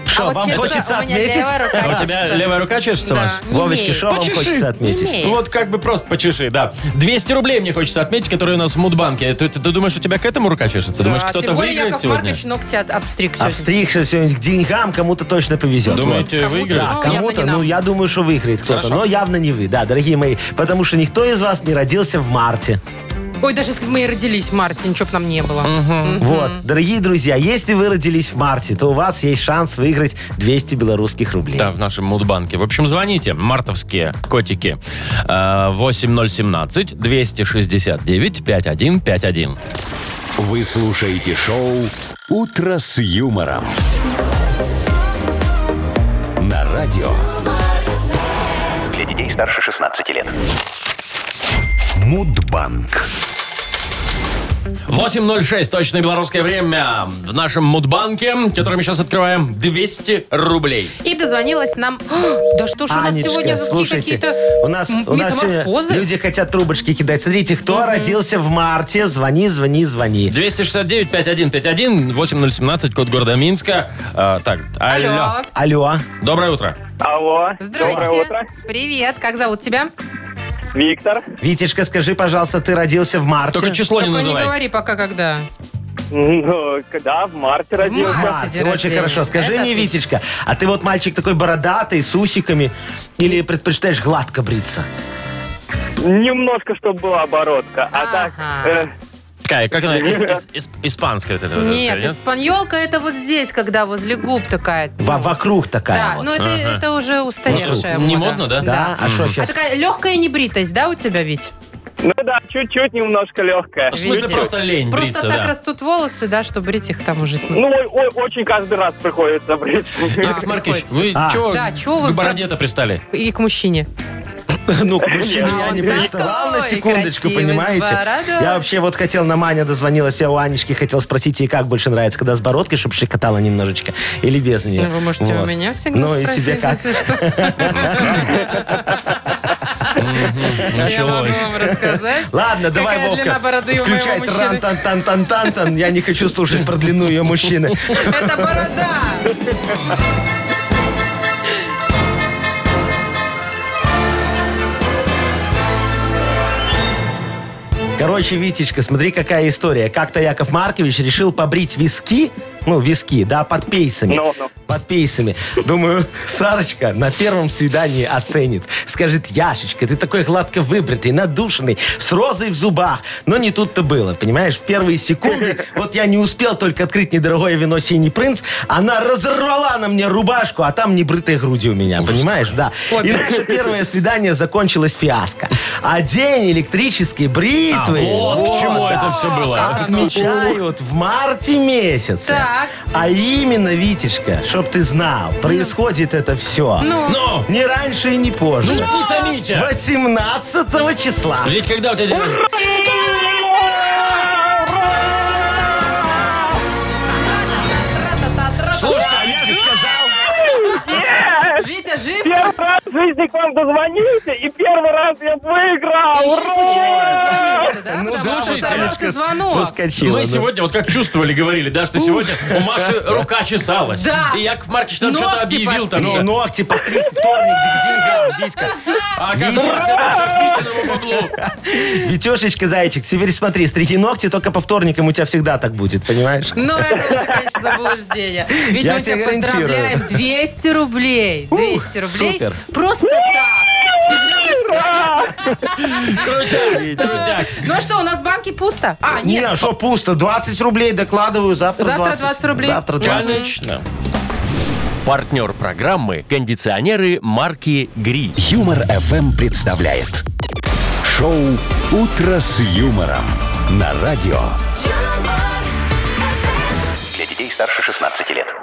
S4: Что,
S3: а вот
S4: вам
S3: честно,
S4: хочется
S3: у меня
S4: отметить?
S3: левая рука
S2: А у тебя
S3: чешется.
S2: левая рука чешется,
S3: Да,
S2: Маш?
S3: не
S4: Вовочки,
S3: имеет.
S4: что вам
S2: Почеши.
S4: хочется
S3: Не
S4: отметить?
S3: имеет.
S2: Ну Вот как бы просто почеши, да. 200 рублей мне хочется отметить, которые у нас в Мудбанке. Ты, ты- ты думаешь, у тебя к этому рука чешется? Думаешь,
S3: Да,
S2: кто-то
S3: тем более
S2: выиграет
S3: Яков
S2: сегодня?
S3: Маркович ногти от- обстриг сегодня.
S4: Обстригся сегодня к деньгам, кому-то точно повезет. Вот.
S2: Думаете,
S3: Кому-то
S2: выиграет?
S3: да. Ну, явно
S4: Кому-то,
S3: не
S4: ну,
S3: нам.
S4: я думаю, что выиграет кто-то,
S2: Хорошо.
S4: но явно не вы, да, дорогие мои, потому что никто из вас не родился в марте.
S3: Ой, даже если бы мы и родились в марте, ничего бы нам не было.
S4: Вот, дорогие друзья, если вы родились в марте, то у вас есть шанс выиграть 200 белорусских рублей.
S2: Да, в нашем Мудбанке. В общем, звоните. Мартовские котики. Э, 8017-269-5151.
S1: Вы слушаете шоу «Утро с юмором». На радио
S5: Для детей старше 16 лет.
S1: Мудбанк.
S2: 8.06, точное белорусское время. В нашем Мудбанке, который мы сейчас открываем, 200 рублей.
S3: И дозвонилась нам... О, Да что ж у нас
S4: Анечка,
S3: сегодня за такие какие-то
S4: у нас,
S3: м-
S4: у нас сегодня
S3: метаморфозы?
S4: люди хотят трубочки кидать. Смотрите, кто родился в марте, звони, звони, звони.
S2: 269-5151, 8017, код города Минска. Э, так, алло.
S3: Алло.
S4: Алло.
S2: Доброе утро.
S3: А
S8: Алло.
S3: Здрасте.
S8: Доброе утро.
S3: Привет, как зовут тебя?
S8: Виктор.
S4: Витишка, скажи, пожалуйста, ты родился в марте?
S2: Только число не
S3: Только не
S2: называй.
S3: говори пока когда.
S8: Ну, когда в марте
S4: В
S8: родился.
S3: марте.
S4: марте,
S3: день
S4: очень
S3: рождения.
S4: хорошо. Скажи
S3: Это
S4: мне,
S3: отлично.
S4: Витечка, а ты вот мальчик такой бородатый, с усиками, или предпочитаешь гладко бриться?
S8: Немножко, чтобы была оборотка. А так...
S3: Ага.
S8: э,
S2: Какая? Как она? Ис- ис- ис- испанская. вот эта вот,
S3: Нет,
S2: нет? Ну,
S3: испаньолка это вот здесь, когда возле губ такая.
S4: Во- вокруг такая
S3: Да,
S4: вот. Ну,
S3: ну это, это уже устаревшая
S2: Вокруг. Не
S3: мода.
S2: модно, да?
S4: Да? А что
S3: А
S4: сейчас?
S3: такая легкая небритость, да, у тебя, Вить?
S8: Ну да, чуть-чуть немножко легкая.
S2: В смысле,
S3: Видите?
S2: просто лень
S3: Просто
S2: бриться,
S3: так
S2: да.
S3: растут волосы, да, чтобы брить их там уже.
S8: Ну, ой- ой, очень каждый раз приходится брить.
S2: Яков Маркович, вы
S4: А.
S2: чего
S3: Да, чего вы
S2: к бороде-то пристали?
S3: И к мужчине.
S4: Ну, к мужчине
S8: А
S4: я
S3: он
S4: не приставал на
S3: такой
S4: секундочку,
S3: красивый,
S4: понимаете?
S3: здоровый.
S4: Я вообще вот хотел, на Маня дозвонилась, я у Анечки хотел спросить, ей как больше нравится, когда с бородкой, чтобы щекотала немножечко, или без нее.
S3: Ну, вы можете
S4: Вот.
S3: у меня всегда
S4: Ну, и
S3: спросить,
S4: тебе как?
S3: если что. Я могу
S2: Началось.
S3: вам рассказать.
S4: Ладно, давай,
S3: Какая
S4: Вовка,
S3: длина бороды у моего
S4: включай
S3: мужчины.
S4: тран-тан-тан-тан-тан, я не хочу слушать про длину ее мужчины.
S3: Это борода!
S4: Короче, Витечка, смотри, какая история. Как-то Яков Маркович решил побрить виски, ну, виски, да, под пейсами.
S8: Ну, ну.
S4: Под пейсами. Думаю, Сарочка на первом свидании оценит. Скажет, Яшечка, ты такой гладко выбритый, надушенный, с розой в зубах. Но не тут-то было, понимаешь? В первые секунды, вот я не успел только открыть недорогое вино «Синий принц», она разорвала на мне рубашку, а там небрытые груди у меня, понимаешь? Да. И наше первое свидание закончилось фиаско. А день электрической бритвы...
S2: А, вот к чему
S4: да.
S2: это все было.
S3: Как оно?
S4: Отмечают в марте месяце.
S3: Так.
S4: А именно, Витишка, чтоб ты знал, происходит это все.
S3: Ну,
S2: Ну,
S4: Не раньше и не
S2: ну,
S4: позже.
S2: не томите.
S4: 18 числа.
S2: Ведь когда у тебя день рождения? Слушайте, а я же сказал.
S3: Витя жив?
S8: Первый раз в жизни к вам дозвонился, и первый раз я выиграл!
S3: Еще
S8: Ура!
S3: случайно дозвонился, да?
S4: Ну,
S3: Потому что
S2: слушайте,
S3: сорвался
S4: Анечка,
S3: звонок.
S4: Соскочила.
S2: Мы
S4: ну.
S2: сегодня, вот как чувствовали, говорили, да, что сегодня у Маши рука чесалась.
S3: Да.
S2: И Яков Маркич нам что-то
S3: Ногти
S2: объявил там.
S4: Ну,
S2: да.
S4: ногти постриг вторник, к деньгам, Витька.
S2: А оказалось, это все к Витиному баблу.
S4: Витешечка, зайчик, теперь смотри, стриги ногти только по вторникам у тебя всегда так будет, понимаешь?
S3: Ну, это уже, конечно, заблуждение. Ведь
S4: Я
S3: мы тебя
S4: тебе гарантирую.
S3: поздравляем. 200 рублей. 200 рублей.
S4: супер.
S3: Просто так.
S2: Крутяк, крутяк.
S3: Ну а что, у нас банки пусто? А,
S4: Не,
S3: нет.
S4: что пусто, 20 рублей докладываю, завтра
S3: Завтра 20 рублей.
S4: Завтра 20.
S2: Конечно. Партнер программы кондиционеры марки Гри.
S1: Юмор ФМ представляет шоу Утро с юмором на радио.
S5: Для детей старше 16 лет.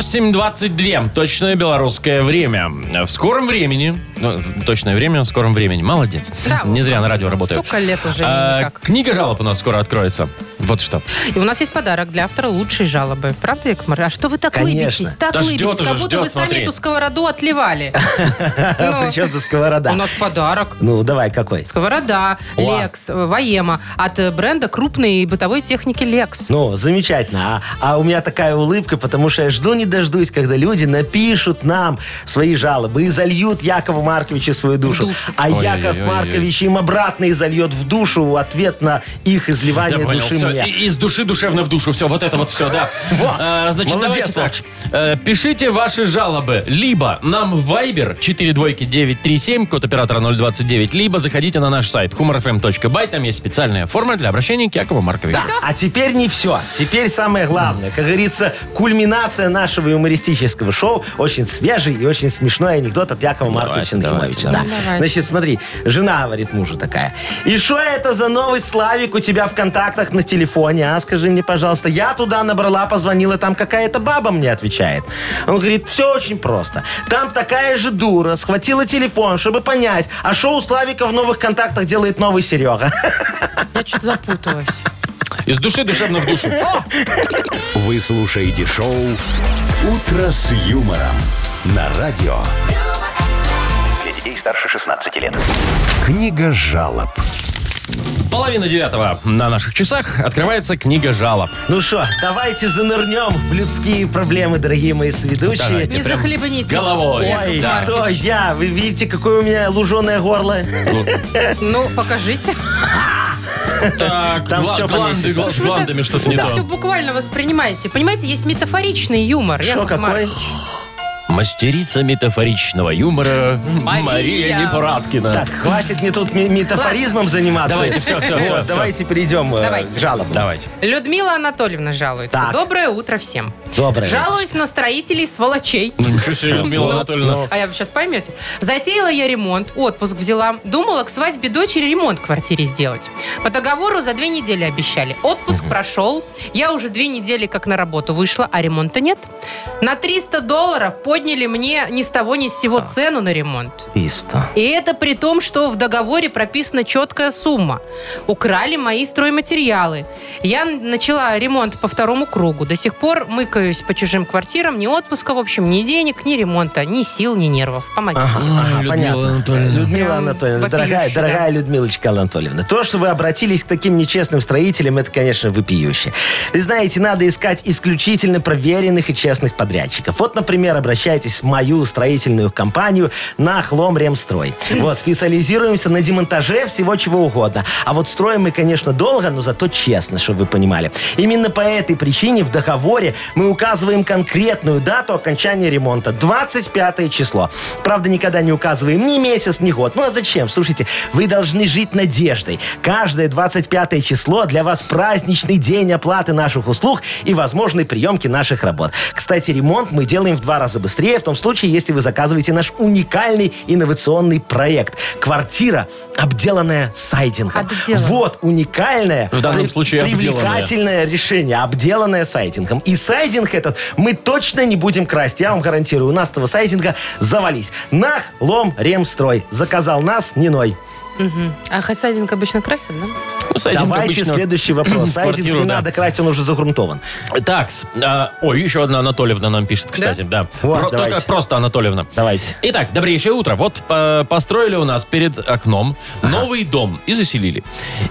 S2: 8.22. Точное белорусское время. В скором времени. ну, в точное время в скором времени. Молодец.
S3: Да,
S2: Не
S3: вот
S2: зря на радио работаю.
S3: Столько лет уже
S2: А,
S3: никак.
S2: Книга жалоб у нас скоро откроется. Вот что.
S3: И у нас есть подарок для автора лучшей жалобы. Правда, Яков Маркович? А что вы так
S4: Конечно.
S3: лыбитесь? Так
S2: Да ждет
S3: лыбитесь,
S2: уже,
S3: как будто
S2: ждет,
S3: вы сами
S2: смотри.
S3: эту сковороду отливали. Ну.
S4: Причем до сковорода.
S3: У нас подарок.
S4: Ну, давай, какой?
S3: Сковорода,
S4: О.
S3: Лекс, Воема от э, бренда крупной бытовой техники Лекс.
S4: Ну, замечательно. А, а у меня такая улыбка, потому что я жду не дождусь, когда люди напишут нам свои жалобы и зальют Якову Марковичу свою душу.
S3: душу.
S4: А
S2: Ой-ой-ой-ой.
S4: Яков Маркович им обратно и зальет в душу в ответ на их
S2: Я
S4: изливание
S2: понял,
S4: души
S2: всё,
S4: мне.
S2: и- из души душевно в душу, все, вот это вот все, да. А, Значит,
S4: Молодец,
S2: давайте так. Э, Пишите ваши жалобы либо нам в Viber 42937, код оператора 029, либо заходите на наш сайт humorfm.by, там есть специальная форма для обращения к Якову Марковичу.
S4: А теперь не все. Теперь самое главное. Как говорится, кульминация нашего юмористического шоу. Очень свежий и очень смешной анекдот от Якова Марковича
S2: давайте,
S4: Нахимовича.
S2: давайте.
S4: Да.
S3: Давайте.
S4: Значит, смотри, жена говорит мужу такая. И что это за новый Славик у тебя в контактах на телефоне, а? Скажи мне, пожалуйста. Я туда набрала, позвонила, там какая-то баба мне отвечает. Он говорит, все очень просто. Там такая же дура схватила телефон, чтобы понять, а что у Славика в новых контактах делает новый Серега.
S3: Я что-то запуталась.
S2: Из души душевно в душу.
S1: Вы слушаете шоу «Утро с юмором» на радио.
S5: Для детей старше 16 лет.
S1: Книга жалоб.
S2: Половина девятого на наших часах открывается книга жалоб.
S4: Ну что, давайте занырнем в людские проблемы, дорогие мои сведущие.
S2: Давайте.
S3: Не
S2: прям
S3: захлебнитесь.
S2: с головой.
S3: Яков
S4: Ой,
S3: Маркович.
S4: кто я? Вы видите, какое у меня луженое горло?
S2: Ну,
S3: Ну, покажите.
S2: Так,
S4: Там
S2: гла-
S4: всё
S2: гланды,
S4: поместится.
S2: гла-
S3: Потому
S2: с
S3: что вы так-
S2: гландами что-то не
S3: вы так все
S2: то.
S3: буквально воспринимаете. Понимаете, есть метафоричный юмор.
S4: Что,
S3: Яков
S4: какой?
S3: Маркович.
S2: Мастерица метафоричного юмора Мария, Непорадкина.
S4: Так, хватит мне тут ми- метафоризмом заниматься.
S2: Давайте, всё, всё,
S4: Вот,
S2: всё, всё.
S4: Давайте перейдем э,
S3: Давайте.
S4: к жалобам.
S2: Давайте.
S3: Людмила Анатольевна жалуется.
S4: Так.
S3: Доброе утро всем.
S4: Доброе.
S3: Жалуюсь на строителей сволочей.
S2: Ну, ничего себе, Людмила Анатольевна.
S3: А я вы сейчас поймете. Затеяла я ремонт, отпуск взяла. Думала к свадьбе дочери ремонт в квартире сделать. По договору за две недели обещали. Отпуск прошел. Я уже две недели как на работу вышла, а ремонта нет. На 300 долларов подняли мне ни с того ни с сего цену на ремонт.
S4: Писта.
S3: И это при том, что в договоре прописана четкая сумма. Украли мои стройматериалы. Я н- начала ремонт по второму кругу. До сих пор мыкаюсь по чужим квартирам. Ни отпуска, в общем, ни денег, ни ремонта, ни сил, ни нервов. Помогите.
S2: Ай, Людмила Анатольевна.
S4: Людмила
S3: Прям
S4: Анатольевна, дорогая,
S3: вопиюще, да.
S4: дорогая Людмилочка Анатольевна, то, что вы обратились к таким нечестным строителям, это, конечно, вопиюще. Вы знаете, надо искать исключительно проверенных и честных подрядчиков. Вот, например, обращайтесь в мою строительную компанию на Хломремстрой. Вот, специализируемся на демонтаже всего чего угодно. А вот строим мы, конечно, долго, но зато честно, чтобы вы понимали. Именно по этой причине в договоре мы указываем конкретную дату окончания ремонта. 25 число. Правда, никогда не указываем ни месяц, ни год. Ну а зачем? Слушайте, вы должны жить надеждой. Каждое 25 число для вас праздничный день оплаты наших услуг и возможной приемки наших работ. Кстати, ремонт мы делаем в два раза быстрее, в том случае, если вы заказываете наш уникальный инновационный проект. Квартира, обделанная сайдингом.
S3: Обделанная.
S4: Вот уникальное,
S2: В данном
S4: при-
S2: случае обделанная.
S4: привлекательное решение, обделанное сайдингом. И сайдинг этот мы точно не будем красть. Я вам гарантирую, у нас этого сайдинга завались. Нах, лом, ремстрой. Заказал нас, не ной.
S3: А хасадинг обычно красят, да?
S2: Сайдинг
S4: Давайте
S2: Ну, обычно-
S4: следующий вопрос. Сайдинг
S2: квартиру,
S4: не
S2: да.
S4: надо красть, он уже загрунтован.
S2: Такс. А, ой, еще одна Анатольевна нам пишет, кстати, да.
S4: Вот,
S2: Про-
S4: давайте.
S2: только просто Анатольевна.
S4: Давайте.
S2: Итак, добрейшее утро. Вот по- построили у нас перед окном новый дом и заселили.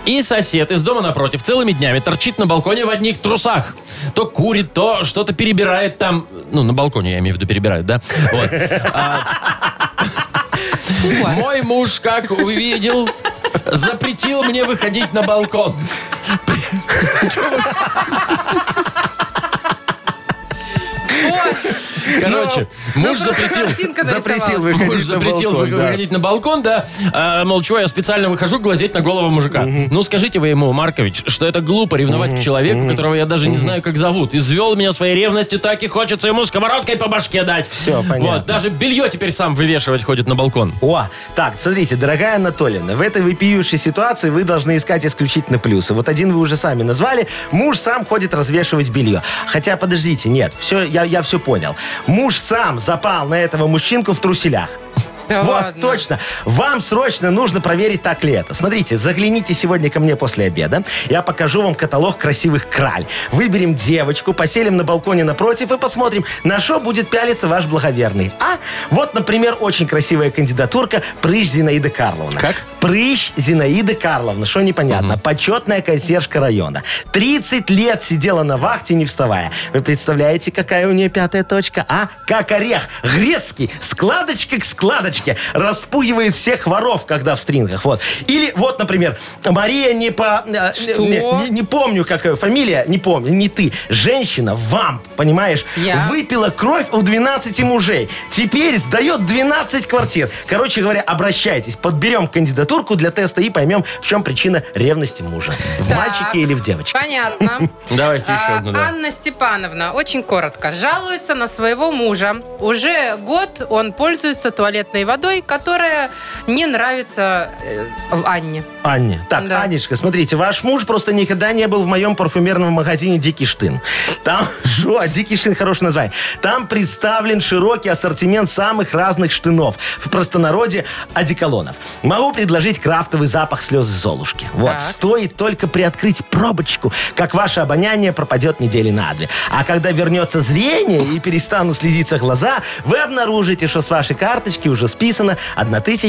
S2: И сосед из дома напротив целыми днями торчит на балконе в одних трусах. То курит, то что-то перебирает там. Ну, на балконе, я имею в виду, перебирает, да? Вот.
S3: У вас.
S2: Мой муж, как увидел, запретил мне выходить на балкон. Короче, муж запретил.
S3: Картинка нарисовалась.
S4: Запретил выходить
S2: ну, Муж
S4: на
S2: запретил
S4: балкон,
S2: вы-
S4: да.
S2: выходить на балкон, да. А, мол, чего я специально выхожу глазеть на голову мужика. Ну, скажите вы ему, Маркович, что это глупо ревновать к человеку, которого я даже не знаю, как зовут. Извел меня своей ревностью, так и хочется ему сковородкой по башке дать.
S4: Всё, понятно.
S2: Вот, даже белье теперь сам вывешивать ходит на балкон.
S4: О, так, смотрите, дорогая Анатольевна, в этой вопиющей ситуации вы должны искать исключительно плюсы. Вот один вы уже сами назвали. Муж сам ходит развешивать белье. Хотя, подождите, нет, все, я, я все понял. Муж сам запал на этого мужчинку в труселях.
S3: Да
S4: вот,
S3: ладно.
S4: точно. Вам срочно нужно проверить, так ли это. Смотрите, загляните сегодня ко мне после обеда. Я покажу вам каталог красивых краль. Выберем девочку, поселим на балконе напротив и посмотрим, на что будет пялиться ваш благоверный. А вот, например, очень красивая кандидатурка Прыщ Зинаида Карловна.
S2: Как?
S4: Прыщ Зинаида Карловна, что непонятно. Почетная консьержка района. 30 лет сидела на вахте, не вставая. Вы представляете, какая у нее пятая точка? А? Как орех. Грецкий. Складочка к складочке. Распугивает всех воров, когда в стрингах. Вот. Или вот, например, Мария не по... э,
S3: Что?
S4: Не, не- не помню, как ее фамилия. Не помню. Не ты. Женщина, вам, понимаешь?
S3: Я.
S4: Выпила кровь у 12 мужей. Теперь сдает 12 квартир. Короче говоря, обращайтесь. Подберем кандидатурку для теста и поймем, в чем причина ревности мужа. В
S3: Так.
S4: мальчике или в девочке.
S3: Понятно.
S2: Давайте еще
S3: А,
S2: одну, да.
S3: Анна Степановна, очень коротко, жалуется на своего мужа. Уже год он пользуется туалетной водой, которая не нравится э, Анне.
S4: Анне. Так,
S3: Да.
S4: Анечка, смотрите, ваш муж просто никогда не был в моем парфюмерном магазине «Дикий Штын». Там, жо, «Дикий Штын» хорошее название. Там представлен широкий ассортимент самых разных штынов. В простонародье одеколонов. Могу предложить крафтовый запах слезы Золушки. Вот,
S3: Так.
S4: стоит только приоткрыть пробочку, как ваше обоняние пропадет недели на две. А когда вернется зрение и перестанут слезиться глаза, вы обнаружите, что с вашей карточки уже списано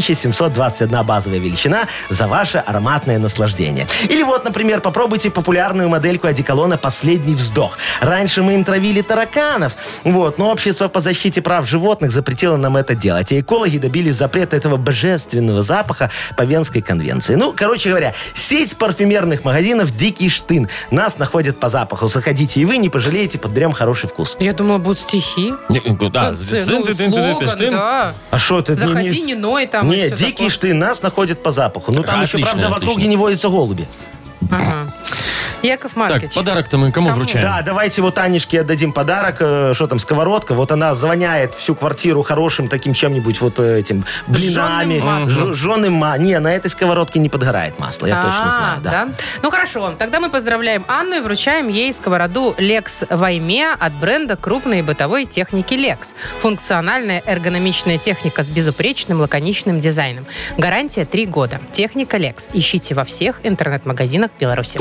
S4: 1721 базовая величина за ваше ароматное наслаждение. Или вот, например, попробуйте популярную модельку одеколона «Последний вздох». Раньше мы им травили тараканов, вот, но общество по защите прав животных запретило нам это делать. И экологи добились запрета этого божественного запаха по Венской конвенции. Ну, короче говоря, сеть парфюмерных магазинов «Дикий Штын». Нас находят по запаху. Заходите и вы, не пожалеете, подберем хороший вкус.
S3: Я думала, будут стихи.
S2: Да,
S3: Конце,
S2: зын,
S3: ну,
S2: ты, ты, ты, ты, ты,
S3: слоган,
S2: ты.
S3: а, да.
S4: А что это?
S3: Заходи, не ной там. и
S4: Не,
S3: всё
S4: «Дикий
S3: такое.
S4: Штын» нас находят по запаху. Ну, там еще,
S2: Отлично,
S4: правда, в
S2: отлично.
S4: округе не водятся голуби.
S3: Ага. Яков
S2: Так,
S3: Маркович.
S2: подарок-то мы кому
S3: Кому?
S2: вручаем?
S4: Да, давайте вот Анечке отдадим подарок. э, Что там, сковородка? Вот она звоняет всю квартиру хорошим таким чем-нибудь вот э, этим блинами.
S3: Жжёным маслом.
S4: Ж- жжёным ма- Не, на этой сковородке не подгорает масло, я точно
S3: А,
S4: знаю. Да.
S3: Ну хорошо, тогда мы поздравляем Анну и вручаем ей сковороду Lex Вайме от бренда крупной бытовой техники Lex. Функциональная эргономичная техника с безупречным лаконичным дизайном. Гарантия 3 года. Техника Lex. Ищите во всех интернет-магазинах Беларуси.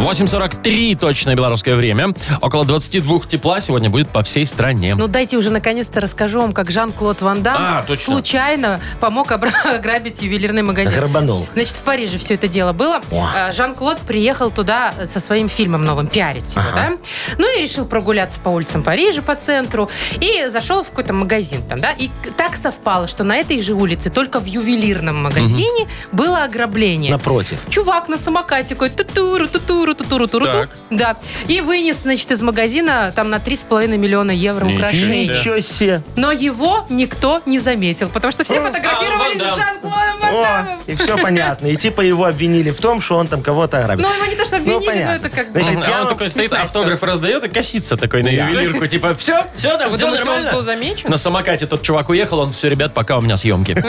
S2: 8.43 точное белорусское время. Около 22 тепла сегодня будет по всей стране.
S3: Ну дайте уже наконец-то расскажу вам, как Жан-Клод Ван Дам
S2: А, точно.
S3: случайно помог обра- ограбить ювелирный магазин.
S4: Грабанул.
S3: Значит, в Париже все это дело было.
S4: О.
S3: А, Жан-Клод приехал туда со своим фильмом новым, пиарить его, да? Ну и решил прогуляться по улицам Парижа, по центру, и зашел в какой-то магазин там, да? И к- так совпало, что на этой же улице, только в ювелирном магазине, было ограбление.
S4: Напротив.
S3: Чувак на самокате какой тутуру, тутуру, тутуру, туру,
S2: Так.
S3: Да. И вынес, значит, из магазина там на 3,5 миллиона евро
S2: Ничего
S3: украшений.
S2: себе.
S4: Ничего себе.
S3: Но его никто не заметил, потому что все фотографировались
S2: Ван
S3: с
S2: Дам.
S3: Жан-Клодом Ван
S4: О,
S3: Дамом.
S4: и все понятно. И типа его обвинили в том, что он там кого-то ограбил.
S3: Ну, его не то, что
S4: Ну,
S3: обвинили, но
S4: понятно.
S3: это как бы...
S4: Значит,
S2: А
S4: я
S2: он
S4: вам-
S2: такой стоит,
S3: смешная
S2: автограф раздает и косится такой на ювелирку. Типа, все, все, там,
S3: Вы
S2: все
S3: думаете, он
S2: нормально.
S3: был замечен?
S2: На самокате тот чувак уехал, он все, ребят, пока у меня съемки.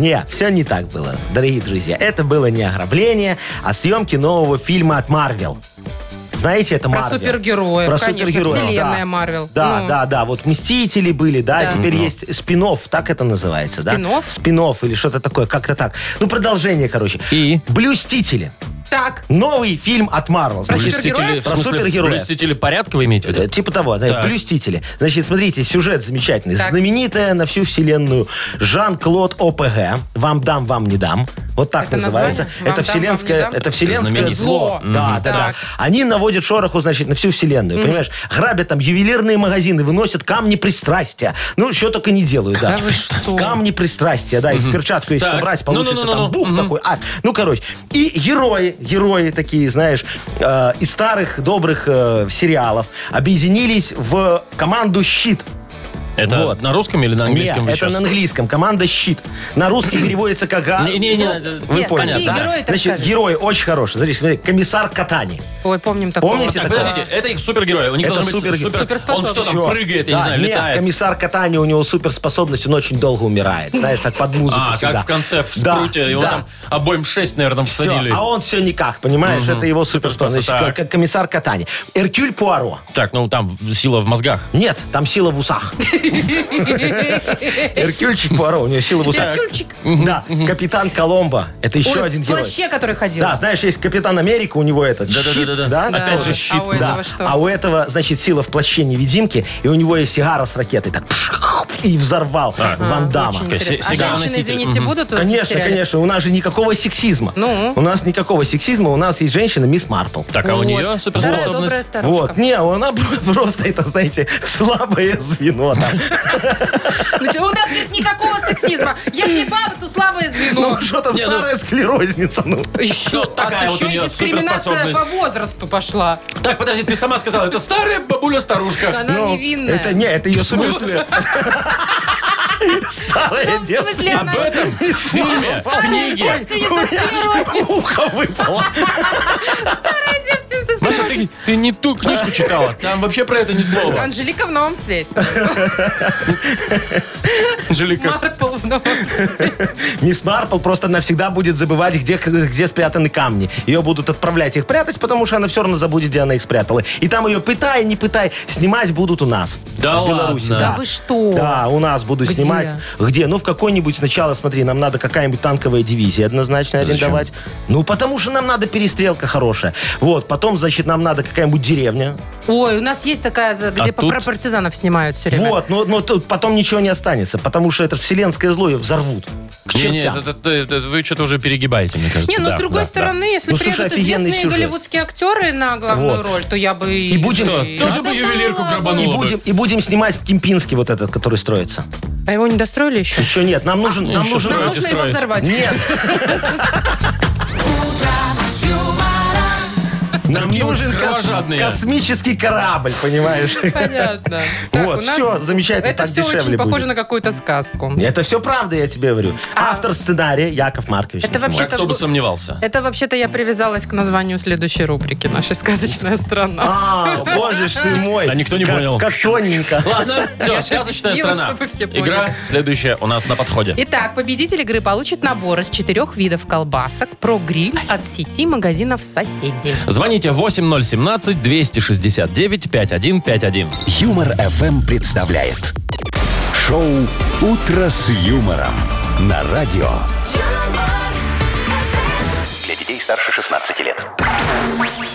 S4: Не, все не так было, дорогие друзья. Это было не ограбление, а съемки нового фильма от Марвел. Знаете, это
S3: Про
S4: Марвел.
S3: супергероев,
S4: Про
S3: конечно,
S4: супергероев,
S3: вселенная
S4: да.
S3: Марвел.
S4: Да,
S3: Ну.
S4: да, да. Вот Мстители были, да.
S3: Да.
S4: Теперь есть спин так это называется, да?
S3: Спин-офф?
S4: спин или что-то такое, как-то так. Ну, продолжение, короче.
S2: И?
S4: Блюстители.
S3: Так,
S4: Новый фильм от Марвел. Значит,
S3: супергероев?
S4: Про супергероев.
S2: Блюстители порядка вы имеете в виду?
S4: Э, Типа того, да,
S2: Так.
S4: блюстители. Значит, смотрите, сюжет замечательный.
S3: Так.
S4: Знаменитая на всю вселенную Жан-Клод ОПГ. Вам дам, вам не дам. Вот так
S3: Это
S4: называется.
S3: название? «Вам
S4: Это
S3: дам, вам не
S4: вселенское,
S3: дам»?
S4: это вселенское
S2: Знаменитое.
S4: зло.
S3: Зло.
S4: Да,
S3: Мгм.
S4: да, да.
S3: Так.
S4: Они наводят шороху, значит, на всю вселенную. Понимаешь? Грабят там ювелирные магазины, выносят камни пристрастия. Ну, что только не делают, да.
S3: вы что?
S4: Камни пристрастия, да. Их в перчатку, если
S2: Так.
S4: собрать, получится
S2: Ну-ну-ну-ну-ну.
S4: там бух
S2: Мгм.
S4: такой. А, ну, короче. И герои, герои такие, знаешь, э, из старых добрых э, сериалов объединились в команду «Щит».
S2: Это
S4: Вот.
S2: на русском или на английском?
S4: Не,
S2: вы
S4: это
S2: щас?
S4: на английском. Команда «Щит». На русский переводится как... а-
S2: Не, не, не,
S3: Ну,
S2: э,
S4: Вы
S3: нет,
S4: поняли,
S3: какие
S4: да?
S3: герои, так
S4: Значит,
S3: скажем?
S4: герои очень хорошие. Смотри, смотри, комиссар Катани.
S3: Ой, помним такого.
S4: Помните
S2: Так,
S4: такое?
S2: подождите, это их супергерои. У них
S4: Это
S2: должны быть
S4: супергерои.
S2: супер... Он
S3: Суперспособности.
S2: что там,
S4: Всё.
S2: прыгает, я
S4: Да,
S2: не знаю,
S4: нет,
S2: летает?
S4: комиссар Катани, у него суперспособность, он очень долго умирает. Знаешь, так под музыку
S2: А,
S4: всегда.
S2: как в конце в
S4: Да,
S2: спруте, его
S4: да.
S2: там обоим шесть, наверное,
S4: Всё,
S2: всадили.
S4: а он все никак, понимаешь? Это его суперспособность.
S2: Так.
S4: Как, как комиссар Катани. Эркюль Пуаро.
S2: Так, ну там сила в мозгах.
S4: Нет, там сила в усах. Эркюльчик Пуаро, у него сила в усах.
S3: Ключик.
S4: Да, капитан Коломбо. Это еще
S3: Ой,
S4: один
S3: в
S4: герой.
S3: плаще, который ходил.
S4: Да, знаешь, есть Капитан Америка, у него этот
S2: Да-да-да-да-да.
S4: щит,
S2: Да.
S4: да?
S2: Опять же щит.
S3: А у этого
S4: Да.
S3: что?
S4: А у этого, значит, сила в плаще невидимки, и у него есть сигара с ракетой. Так, пшик, и взорвал
S2: А.
S4: Ван Дамма.
S3: Очень
S2: Такая се-
S3: интересно. А женщины,
S2: сигароноситель.
S3: извините,
S2: Мгм.
S3: будут? в
S4: Конечно,
S3: сериале?
S4: конечно, у нас же никакого сексизма.
S3: Ну?
S4: У нас никакого сексизма, у нас есть женщина Мисс Марпл.
S2: Так, а у
S3: Вот.
S2: нее
S3: Старая добрая
S2: суперспособность?
S3: старушка.
S4: Вот, Ну. не, она просто, это, знаете, слабое звено там.
S3: Значит, у нас нет никакого сексизма. Если баба, то слабое звено.
S4: Ну, что там,
S2: Не, ну-
S4: старая склерозница, ну.
S3: Еще
S2: вот такая вот у
S3: еще и
S2: нее
S3: дискриминация по
S2: суперспособность.
S3: возрасту пошла.
S2: Так, подожди, ты сама сказала, это старая бабуля-старушка.
S3: Она
S4: Ну,
S3: невинная.
S4: Это, не, это ее
S2: В смысле?
S4: старая
S3: Ну, в
S4: девственница.
S3: смысле,
S2: Об
S3: она
S2: этом в фильме, в
S3: старая
S2: книге.
S3: девственница склероз.
S4: Ухо выпало.
S3: Старая девственница
S2: Маша,
S3: склероз.
S2: ты, ты не ту книжку читала. Там вообще про это ни слова.
S3: Анжелика в новом свете.
S2: Анжелика.
S3: Марпл в новом свете.
S4: Мисс Марпл просто навсегда будет забывать, где, где спрятаны камни. Ее будут отправлять их прятать, потому что она все равно забудет, где она их спрятала. И там ее пытай, не пытай, снимать будут у нас.
S2: Да
S4: в Беларуси.
S2: ладно?
S3: Да вы что?
S4: Да, у нас будут
S3: Где?
S4: снимать. Где? Ну, в какой-нибудь сначала, смотри, нам надо какая-нибудь танковая дивизия однозначно арендовать. Ну, потому что нам надо перестрелка хорошая. Вот, потом, значит, нам надо какая-нибудь деревня.
S3: Ой, у нас есть такая, за- где
S2: А
S3: по-
S2: тут?
S3: про партизанов снимают все время.
S4: Вот, но, но тут потом ничего не останется, потому что это вселенское зло ее взорвут. К
S2: Не, не,
S4: чертям.
S2: это- это- это- вы что-то уже перегибаете, мне кажется.
S3: Не, ну
S2: Да,
S3: с другой
S2: да,
S3: стороны, если
S4: Ну, слушай,
S3: приедут
S4: офигенный
S3: известные
S4: сюжет.
S3: голливудские актеры на главную
S4: Вот.
S3: роль, то я бы и.
S4: И будем-
S2: да.
S3: и-
S2: Что, Тоже
S3: Да
S2: бы ювелирку
S3: было бы.
S4: И
S2: грабанула бы.
S4: будем, и будем снимать в Кемпинске вот этот, который строится.
S3: А его не достроили еще?
S4: Еще нет, нам нужен, нам
S2: еще
S4: нужен...
S3: Нам
S2: Строить,
S3: нужно его
S2: строить.
S3: взорвать.
S4: Нет, нам
S2: Какие вы
S4: нужен кос-
S2: кровожадные.
S4: космический корабль, понимаешь?
S3: Понятно.
S4: Вот,
S3: у нас
S4: всё, замечательно,
S3: Это
S4: так
S3: все
S4: дешевле
S3: очень похоже
S4: будет.
S3: на какую-то сказку.
S4: Это все правда, я тебе говорю. Автор сценария Яков Маркович.
S3: А. Это
S4: Нахимович.
S2: да.
S3: вообще-то...
S2: Кто бы сомневался.
S3: Это вообще-то я привязалась к названию следующей рубрики нашей «Сказочная страна».
S4: А, боже ж ты мой.
S2: Да никто не
S4: Как-
S2: понял.
S4: Как тоненько.
S2: Ладно, все,
S3: Я же
S2: сказочная
S3: объяснила,
S2: страна.
S3: чтобы все поняли.
S2: Игра следующая у нас на подходе.
S3: Итак, победитель игры получит набор из четырех видов колбасок про гриль от сети магазинов «Соседи».
S2: Звоните 8017-269-5151.
S1: Юмор FM представляет шоу Утро с юмором на радио.
S5: Для детей старше 16 лет.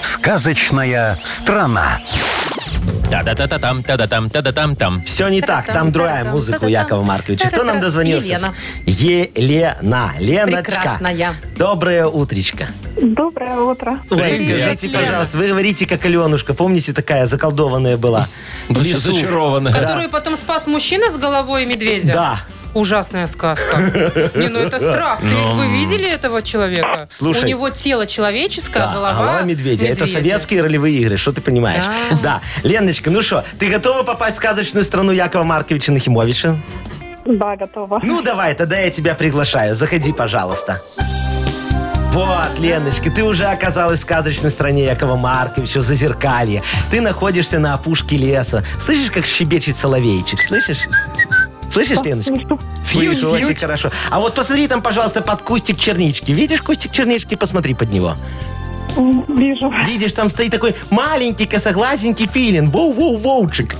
S1: Сказочная страна.
S2: Та-да-та-та-там, та-да-там, та-да-там-там.
S4: Все не так, там другая музыка у Якова Марковича. Кто нам дозвонился?
S3: Елена.
S4: Елена. Леночка.
S3: Прекрасная.
S4: Доброе утречко.
S7: Доброе утро.
S4: Ой,
S2: Привет.
S4: скажите,
S3: Лена.
S4: пожалуйста, вы говорите, как Аленушка, помните, такая заколдованная была? В лесу.
S2: Зачарованная.
S3: Которую потом спас мужчина с головой медведя?
S4: Да.
S3: Ужасная сказка. Не, ну это страх. Ты- Вы видели этого человека?
S4: Слушай.
S3: У него тело человеческое,
S4: Да,
S3: а голова,
S4: медведя. Это советские ролевые игры, что ты понимаешь? Да. Леночка, ну что, ты готова попасть в сказочную страну Якова Марковича Нахимовича?
S7: Да, готова.
S4: Ну давай, тогда я тебя приглашаю. Заходи, пожалуйста. Вот, Леночка, ты уже оказалась в сказочной стране Якова Марковича, в Зазеркалье. Ты находишься на опушке леса. Слышишь, как щебечет соловейчик? Слышишь? Слышишь, Леночка? Слышу, очень хорошо. А вот посмотри там, пожалуйста, под кустик чернички. Видишь кустик чернички? Посмотри под него.
S7: Вижу.
S4: Видишь, там стоит такой маленький косоглазенький филин. Воу-воу-воучик.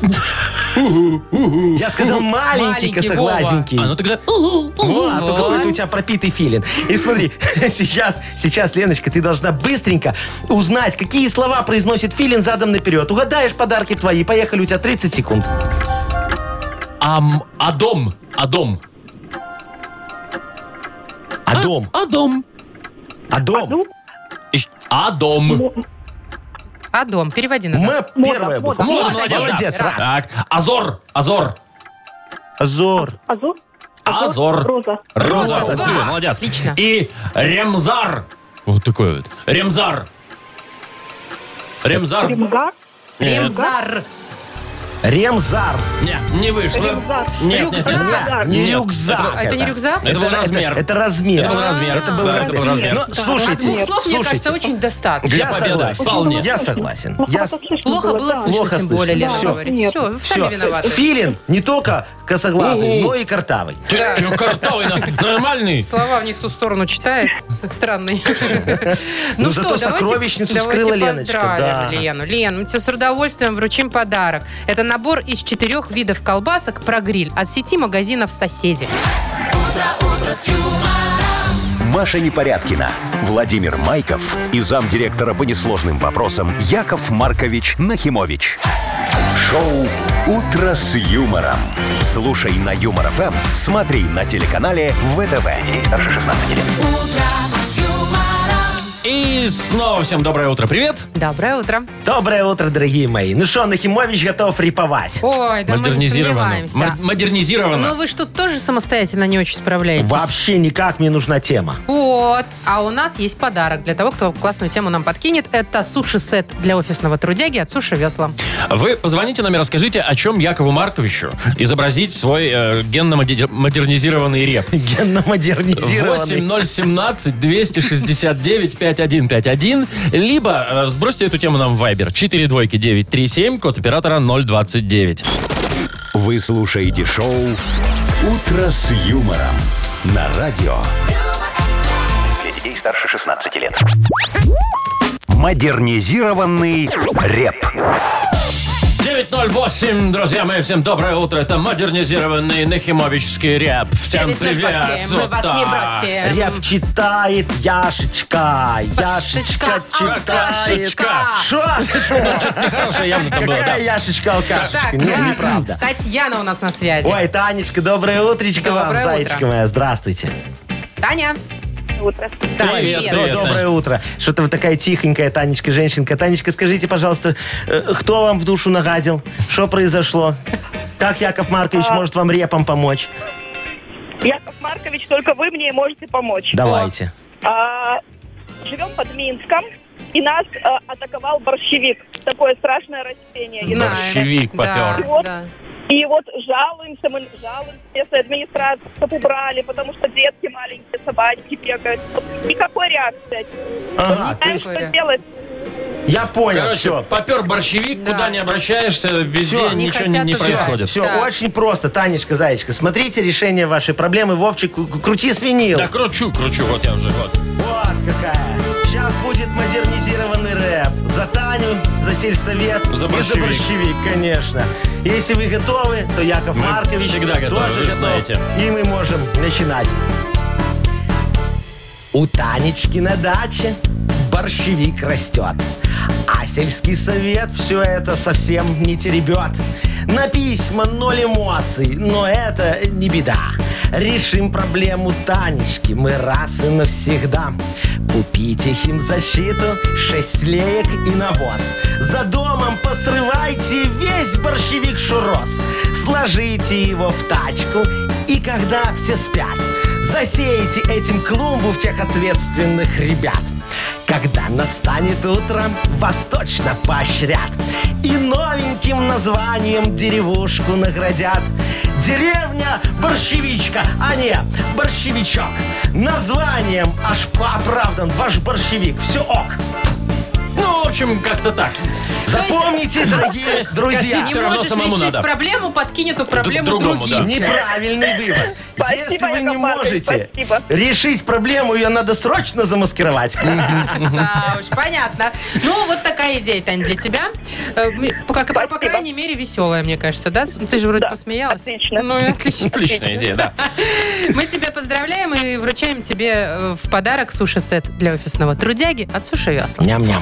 S4: Я сказал маленький
S3: Маленький,
S4: косоглазенький.
S2: А, ну тогда...
S4: Во, а то какой-то у тебя пропитый филин. И смотри, сейчас, сейчас, Леночка, ты должна быстренько узнать, какие слова произносит филин задом наперед. Угадаешь подарки твои. Поехали, у тебя 30 секунд.
S2: Ам, адом. Адом.
S4: А дом?
S2: Адом.
S4: А дом?
S2: Ищ-
S3: Ну,
S2: Адом.
S3: А дом, переводи назад.
S4: М первая
S2: Во,
S4: буква.
S3: Вот
S2: молодец.
S3: они.
S4: Молодец,
S3: Раз.
S4: раз.
S2: Так, Азор. Азор.
S4: Зор.
S7: Азу?
S2: Азор.
S7: Роза.
S2: Роза.
S3: Роза,
S2: Во,
S3: два.
S2: Молодец.
S3: Отлично.
S2: И Ремзар. Вот такой вот. Ремзар. Ремзар.
S7: Ремгар.
S2: Нет.
S3: Ремзар.
S4: Ремзар.
S2: Не, не вышло.
S8: Рюкзак.
S2: Нет, нет,
S3: Рюкзак.
S4: Не, не рюкзак.
S3: Это не рюкзак?
S2: Это был размер.
S4: Это, размер.
S2: Это был размер.
S4: Это был
S2: Да,
S4: размер.
S2: это был размер.
S4: Ну, слушайте,
S3: От А двух слов,
S4: слушайте.
S3: мне кажется, очень Ну, а достаточно.
S2: Для
S4: Я
S2: победы.
S4: согласен.
S2: Вполне.
S4: Я согласен.
S7: Плохо
S4: Я...
S7: вообще не
S3: Плохо
S7: было,
S3: было
S7: да.
S3: слышно,
S4: Плохо
S3: тем более,
S4: слышно.
S3: Лена
S4: Да,
S3: говорит.
S7: нет.
S3: Все, вы
S4: Все.
S3: сами виноваты.
S4: Филин не только косоглазый, но и картавый.
S2: Ты чё, картавый на- нормальный?
S3: Слова в не в ту сторону читает. Странный.
S4: Ну, зато сокровищницу
S3: давайте
S4: вскрыла Леночка, да.
S3: поздравим Лену. Лен, мы тебе с удовольствием вручим подарок. Это набор из четырех видов колбасок про гриль от сети магазинов «Соседи».
S1: Маша Непорядкина, Владимир Майков и замдиректора по несложным вопросам Яков Маркович Нахимович. Шоу «Утро с юмором». Слушай на Юмор ФМ, смотри на телеканале ВТВ. Здесь старше 16 лет.
S2: И снова всем доброе утро. Привет.
S3: Доброе утро.
S4: Доброе утро, дорогие мои. Ну что, Нахимович готов реповать?
S3: Ой, да мы не
S2: Модернизировано.
S3: сомневаемся. Ну,
S2: Мо- Модернизировано.
S3: Но вы что, тоже самостоятельно не очень справляетесь?
S4: Вообще никак мне нужна тема.
S3: Вот. А у нас есть подарок для того, кто классную тему нам подкинет. Это суши-сет для офисного трудяги от Суши Весла.
S2: Вы позвоните нам и расскажите, о чем Якову Марковичу изобразить свой э, генно-модернизированный реп.
S4: Генно-модернизированный.
S2: 8017-269-5151, либо э, сбросьте эту тему нам в Viber. 4 двойки 937, код оператора 029.
S1: Вы слушаете шоу «Утро с юмором» на радио
S5: Для детей старше 16 лет.
S1: «Модернизированный реп».
S2: 908, друзья мои, всем доброе утро. Это модернизированный Нахимовичский реп. Всем
S3: 9:07.
S2: привет.
S3: Мы вас
S2: Вот
S3: не
S2: так.
S3: бросим.
S4: Ряб читает Яшечка. Яшечка
S3: Яшечка, А,
S4: читает.
S2: алкашечка.
S4: Шо?
S2: Нехорошее явно там было, да.
S4: Какая Яшечка алкашечка?
S3: Так,
S2: Ну,
S4: Не,
S3: ладно.
S4: неправда.
S3: Татьяна у нас на связи.
S4: Ой, Танечка, доброе утречко вам,
S3: Доброе утро.
S4: зайчка моя. Здравствуйте.
S3: Таня.
S7: Утро.
S3: Да,
S2: Привет,
S3: привет.
S2: привет.
S4: До- Доброе утро. Что-то вы такая тихонькая, Танечка, женщинка. Танечка, скажите, пожалуйста, э, кто вам в душу нагадил? Что произошло? Как Яков Маркович
S3: А.
S4: может вам репом помочь?
S8: Яков Маркович, только вы мне можете помочь.
S4: Давайте.
S8: А, живем под Минском, и нас а, атаковал борщевик. Такое страшное растение. И,
S3: Знаю.
S2: Борщевик
S3: Да,
S8: попёр.
S3: да.
S8: и вот жалуемся, мы жалуемся местной администрации, чтобы убрали, потому что детки маленькие, собачки бегают. Вот Никакой реакции.
S4: Ага, А, то
S8: Знаем,
S4: есть
S8: что
S3: Никакой
S8: делать.
S4: я понял,
S2: Короче,
S4: все.
S2: попер борщевик,
S3: Да.
S2: куда не обращаешься, везде
S4: Всё.
S3: Не
S2: ничего не,
S3: хотят
S2: не
S3: убирать.
S2: происходит.
S4: Все,
S3: Да.
S4: очень просто, Танечка, Зайчка. Смотрите решение вашей проблемы. Вовчик, к- крути свинил.
S2: Да кручу, кручу, вот я уже. Вот.
S4: Вот какая. Сейчас будет модернизированный рэп. За Таню, за сельсовет
S2: За
S4: и за
S2: борщевик.
S4: борщевик, конечно. Если вы готовы, то Яков
S2: Мы
S4: Маркович
S2: всегда готовы,
S4: тоже
S2: вы же
S4: готов.
S2: знаете.
S4: И мы можем начинать. У Танечки на даче борщевик растет. А сельский совет все это совсем не теребет. На письма ноль эмоций, но это не беда. Решим проблему Танечки мы раз и навсегда. Купите химзащиту, 6 леек и навоз. За домом посрывайте весь борщевик шурос. Сложите его в тачку и когда все спят, засеете этим клумбу в тех ответственных ребят. Когда настанет утро, вас точно поощрят. И новеньким названием деревушку наградят. Деревня Борщевичка, а не Борщевичок. Названием аж оправдан ваш борщевик. Все ок.
S2: Ну, в общем, как-то так.
S4: Запомните, дорогие
S2: Косить всё
S4: друзья.
S3: Не
S2: равно
S3: можешь
S2: самому
S3: решить
S2: надо.
S3: проблему, подкинь эту проблему
S2: другому,
S3: другим.
S4: Неправильный вывод.
S8: Спасибо,
S4: Если вы не
S8: Яков Маркович,
S4: можете
S8: спасибо.
S4: решить проблему, ее надо срочно замаскировать.
S3: Да уж, понятно. Ну, вот такая идея, Тань, для тебя. Э, м- По, как- по
S8: Спасибо.
S3: крайней мере, веселая, мне кажется, да? Ну, Ты же вроде
S8: Да,
S3: посмеялась.
S8: отлично.
S3: Ну, и отлично.
S2: Отличная идея, да.
S3: Мы тебя поздравляем и вручаем тебе э, в подарок суши-сет для офисного трудяги от Суши Весла.
S4: Ням-ням.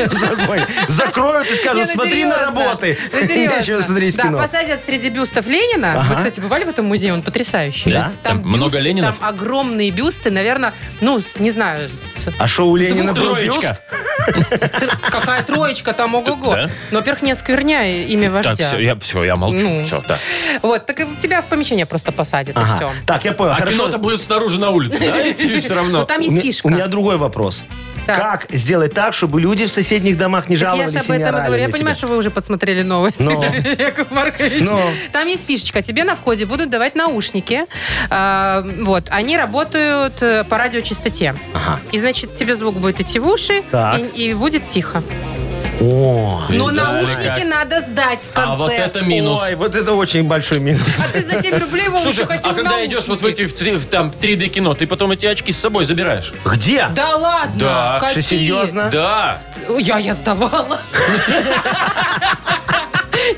S4: Ой, Закроют и
S3: Не,
S4: скажут,
S3: ну,
S4: смотри на
S3: серьезно.
S4: работы.
S3: Ну, серьезно.
S4: Нечего смотреть
S3: Да,
S4: кино.
S3: посадят среди бюстов Ленина. Вы, кстати, бывали в этом музее? Он потрясающий.
S4: Да?
S2: Там много Ленинов?
S3: Там огромные бюсты, наверное, ну, с- не знаю, с-
S4: А что у Ленина был
S2: Троечка.
S4: бюст?
S3: Тр- какая троечка там, ого-го.
S2: Да?
S3: Но, во-первых, не оскверняй имя
S2: Так, все,
S3: вождя.
S2: я, все, я молчу.
S3: Ну.
S2: Всё, да.
S3: Вот, так и тебя в помещение просто посадят, и
S4: Ага.
S3: все.
S4: Так, я понял.
S2: А
S4: хорошо.
S2: кино-то будет снаружи на улице, да? И тебе все
S3: Но
S2: равно.
S3: Ну, там
S4: у,
S3: есть
S4: меня,
S3: фишка.
S4: у меня другой вопрос.
S3: Так.
S4: Как сделать так, чтобы люди в соседних домах не
S3: Так я
S4: жаловались
S3: же об
S4: и не
S3: этом и
S4: орали
S3: говорю. Я
S4: на Ну.
S3: понимаю,
S4: тебя?
S3: что вы уже подсмотрели новости,
S4: Но.
S3: Яков Маркович.
S4: Но.
S3: Там есть фишечка. Тебе на входе будут давать наушники. А, Вот. Они работают э, по радиочастоте.
S4: Ага.
S3: И, значит, тебе звук будет идти в уши,
S4: Так.
S3: и, и будет тихо.
S4: О,
S3: Но
S2: Да,
S3: наушники
S2: как.
S3: надо сдать в конце.
S2: А вот это минус.
S4: Ой, вот это очень большой минус.
S3: А ты за 7 рублей, Вова,
S2: Слушай,
S3: еще хотел
S2: а когда идешь вот в
S3: наушники.
S2: эти в три- в там 3D кино, ты потом эти очки с собой забираешь?
S4: Где?
S3: Да ладно,
S2: Да,
S3: какие?
S4: Что, серьезно?
S2: Да.
S3: Я, я сдавала.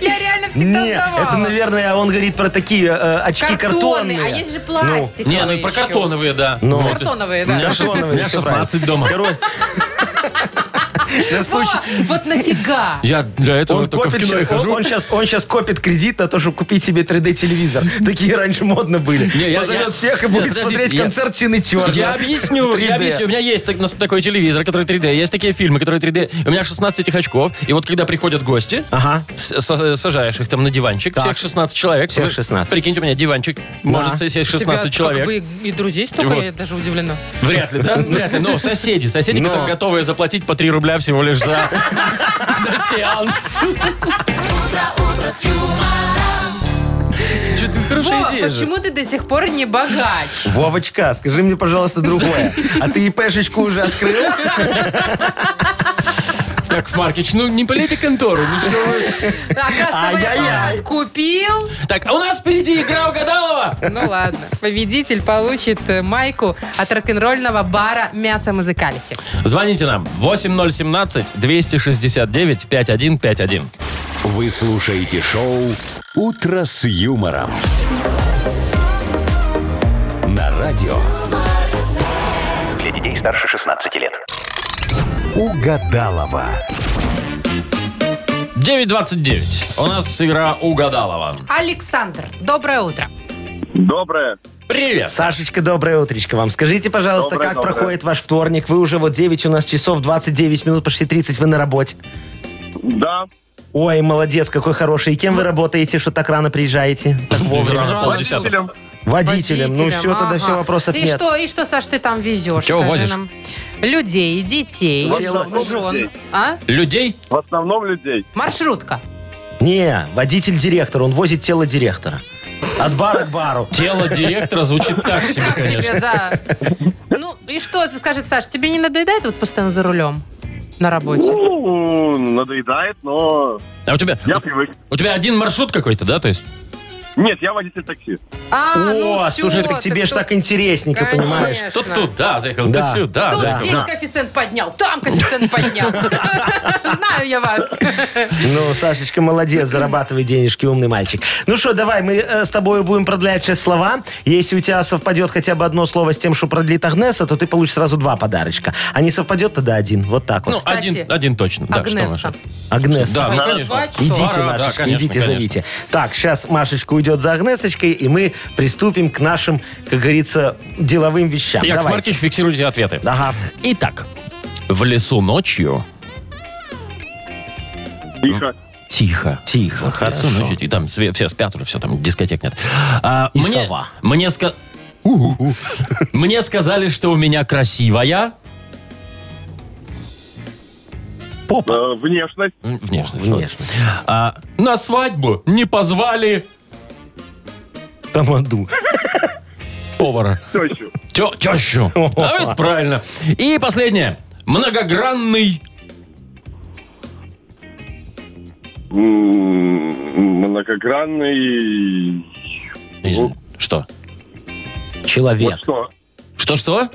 S3: Я реально всегда
S4: Нет,
S3: сдавала.
S4: это, наверное, он говорит про такие э, очки картонные.
S3: картонные, а есть же
S4: Ну,
S3: пластиковые
S2: Не, ну и про
S3: еще.
S2: картоновые, да.
S4: Ну.
S2: Вот.
S3: Картоновые,
S2: У меня
S3: да.
S2: шест- у меня
S4: Картоновые, всё
S2: 16 дома.
S4: Король. На случай-
S3: Во, вот нафига?
S2: Я для этого
S4: Он,
S2: только в
S4: копит
S2: кино и
S4: щас- он,
S2: хожу.
S4: сейчас, он сейчас копит кредит на то, чтобы купить себе 3D-телевизор. Такие раньше модно были.
S2: Не, я-
S4: Позовет
S2: я-
S4: всех и
S2: Нет,
S4: будет
S2: подождите,
S4: смотреть
S2: я-
S4: концерт Тины Тернер.
S2: Я объясню,
S4: в 3D.
S2: я объясню. У меня есть так- нас- такой телевизор, который 3D, есть такие фильмы, которые 3D. У меня 16 этих очков, и вот когда приходят гости,
S4: Ага.
S2: с- с- сажаешь их там на диванчик,
S4: Так.
S2: всех 16 человек.
S4: Всех
S2: Вы-
S4: 16.
S2: Прикиньте, у меня диванчик может сесть
S3: У тебя
S2: 16 человек.
S3: Как бы и- и друзей столько,
S2: Вот.
S3: я даже удивлена.
S2: Вряд ли, да? Вряд ли. Но соседи, соседи,
S4: Но.
S2: которые готовы заплатить по 3 рубля всего лишь за за сеанс. Что ты
S3: Во,
S2: хорошая идея же.
S3: почему ты до сих пор не богач?
S4: Вовочка, скажи мне, пожалуйста, другое. А ты ИПшечку уже открыл?
S2: Яков Маркич, ну не полейте контору, ну что вы.
S3: А кассовый
S4: Ай-яй-яй.
S3: аппарат купил?
S2: Так, а у нас впереди игра угадалова.
S3: Ну ладно. Победитель получит э, майку от рок-н-ролльного бара «Мясо Музыкалити».
S2: Звоните нам 8017-269-5151.
S1: Вы слушаете шоу «Утро с юмором». На радио
S5: Для детей старше 16 лет.
S1: «Угадалова».
S2: 9.29. У нас игра угадалова.
S3: Александр, доброе утро.
S9: Доброе.
S2: Привет.
S4: Сашечка, доброе утречко вам. Скажите, пожалуйста,
S9: Доброе,
S4: как
S9: доброе.
S4: проходит ваш вторник? Вы уже вот 9 у нас часов, 29 минут, почти 30, вы на работе.
S9: Да.
S4: Ой, молодец, какой хороший. И
S3: Ну.
S4: кем вы работаете, что так рано приезжаете? Так вовремя.
S2: Рано полдесятого.
S4: Водителем. Ну все, тогда
S3: ага.
S4: все, вопросов
S3: и
S4: нет.
S3: Что, и что, Саш, ты там везешь?
S2: Чего
S3: скажи
S2: возишь?
S3: нам? Людей, детей,
S9: В
S4: основном
S3: жен.
S9: людей.
S3: А?
S2: Людей?
S9: В основном людей.
S3: Маршрутка.
S4: Не, водитель-директор, он возит тело директора. От бара к бару.
S2: Тело директора звучит так себе,
S3: Как
S2: конечно.
S3: тебе, да. Ну, и что, скажи, Саш, тебе не надоедает вот постоянно за рулем на работе?
S9: Ну, надоедает, но
S2: А у тебя,
S9: я привык.
S2: у тебя один маршрут какой-то, да? То есть
S9: Нет, я водитель такси.
S3: А, ну
S4: О,
S3: всё,
S4: слушай, так тебе ж
S3: тут-
S4: так интересненько,
S3: Конечно.
S4: понимаешь?
S2: тут туда заехал,
S4: Да.
S2: ты сюда
S3: Тут
S2: заехал.
S3: здесь
S2: На.
S3: коэффициент поднял, там коэффициент поднял. Знаю я вас.
S4: Ну, Сашечка, молодец, зарабатывай денежки, умный мальчик. Ну что, давай, мы э, с тобой будем продлять сейчас слова. Если у тебя совпадет хотя бы одно слово с тем, что продлит Агнеса, то ты получишь сразу два подарочка. А не совпадет, тогда один. Вот так
S2: Ну,
S4: вот.
S3: Кстати,
S2: один, один точно. Да, что
S3: Агнеса.
S2: ваше?
S4: Агнеса.
S2: Да, ну,
S3: Пойдем
S2: конечно.
S3: звать, что ли?
S4: Идите,
S2: Пора, да,
S4: Машечка,
S2: конечно,
S4: идите,
S2: конечно.
S4: зовите. Так, сейчас Машечка уйдет за Агнесочкой, и мы приступим к нашим, как говорится, деловым вещам.
S2: Яков
S4: Давайте.
S2: Маркович, фиксируйте ответы.
S4: Ага.
S2: Итак, в лесу ночью
S9: Тихо.
S2: тихо.
S4: Тихо,
S2: В лесу
S4: хорошо.
S2: ночью, ну, и там све- все спят уже, все, там дискотек нет. А,
S4: И
S2: мне,
S4: сова.
S2: Мне, ска- У-у-у. мне сказали, что у меня красивая...
S4: Попа.
S9: Э, Внешность.
S2: М, Внешне. что?
S4: Конечно.
S2: А, на свадьбу не позвали
S4: Тамаду.
S2: повара.
S9: Тещу.
S2: Тё, тещу. А это правильно. И последнее. Многогранный.
S9: М, Многогранный... Ну.
S2: Что? ну,
S4: Человек.
S9: Вот что. Э,
S2: Что-что?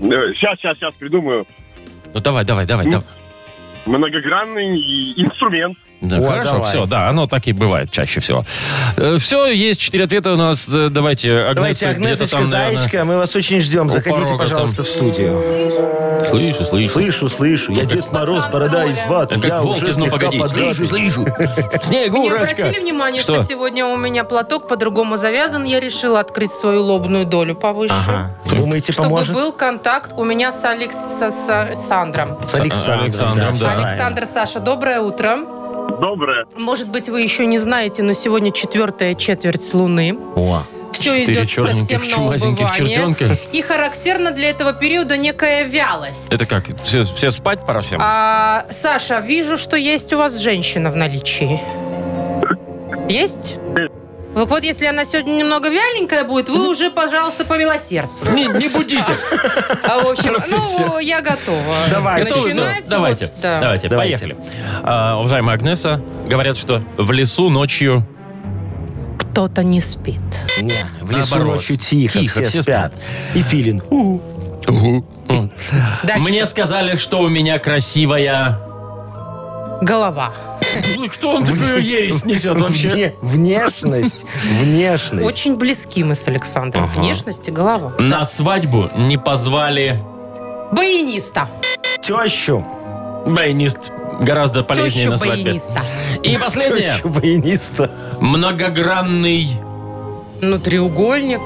S9: Сейчас, сейчас, сейчас придумаю.
S2: Ну давай, давай, давай.
S9: Ну,
S2: давай.
S9: Многогранный инструмент.
S2: Да,
S4: О,
S2: хорошо,
S4: давай.
S2: все, да, оно так и бывает чаще всего. все, есть четыре ответа у нас. Э, Давайте, Агнеса,
S4: Давайте,
S2: где-то
S4: Агнесочка,
S2: там, наверное.
S4: Заячка, мы вас очень ждем. Заходите,
S2: порога
S4: пожалуйста,
S2: там.
S4: в студию.
S2: Слышу, слышу.
S4: Слышу, слышу. Я Дед Мороз, борода из ваты.
S2: Это
S4: Я
S2: как волки,
S4: уже
S2: ну
S4: слегка
S2: погоди.
S4: поддатый.
S2: Слышу, слышу.
S3: Вы не
S2: Снегурочка.
S3: обратили внимание,
S2: Что?
S3: что? сегодня у меня платок по-другому завязан? Я решила открыть свою лобную долю повыше.
S4: Ага. Думаете,
S3: Чтобы
S4: поможет?
S3: был контакт у меня с, Алекс... со- со- Сандром.
S4: С Александром.
S2: Александром, А, да.
S4: правильно.
S3: Александр, Саша, доброе утро.
S9: Доброе.
S3: Может быть, вы еще не знаете, но сегодня четвертая четверть Луны.
S4: О,
S3: Все
S2: Четыре
S3: идет совсем
S2: черненьких,
S3: на
S2: чумазеньких
S3: убывание.
S2: чертенка.
S3: И характерна для этого периода некая вялость.
S2: Это как? Все, все спать пора всем?
S3: А, Саша, вижу, что есть у вас женщина в наличии. Есть? Вот, вот если она сегодня немного вяленькая будет, вы уже, пожалуйста, помилосердствуйте.
S2: Не, не будите.
S3: А в общем, ну,
S2: Здравствуйте.
S3: я готова.
S4: Давай.
S2: Готовы?
S3: Начинать?
S2: Да, Давайте,
S3: А вот, да.
S2: давайте,
S4: Давайте.
S2: поехали. А, уважаемая Агнеса, говорят, что в лесу ночью...
S3: Кто-то не спит.
S4: не, в лесу
S2: Наоборот.
S4: ночью тихо,
S2: Тихо,
S4: все,
S2: все
S4: спят. И филин. У.
S2: Угу.
S3: Дальше.
S2: Мне сказали, что у меня красивая...
S3: Голова.
S2: Ну, Кто он такую ересь несет вообще?
S4: Вне- внешность. Внешность.
S3: Очень близки мы с Александром. Внешность и голова.
S2: На свадьбу не позвали...
S3: Баяниста.
S4: Тещу.
S2: Баянист гораздо полезнее
S3: Тещу
S2: на свадьбе.
S3: баяниста.
S2: И последнее.
S4: Тещу баяниста.
S2: Многогранный...
S3: Ну, треугольник.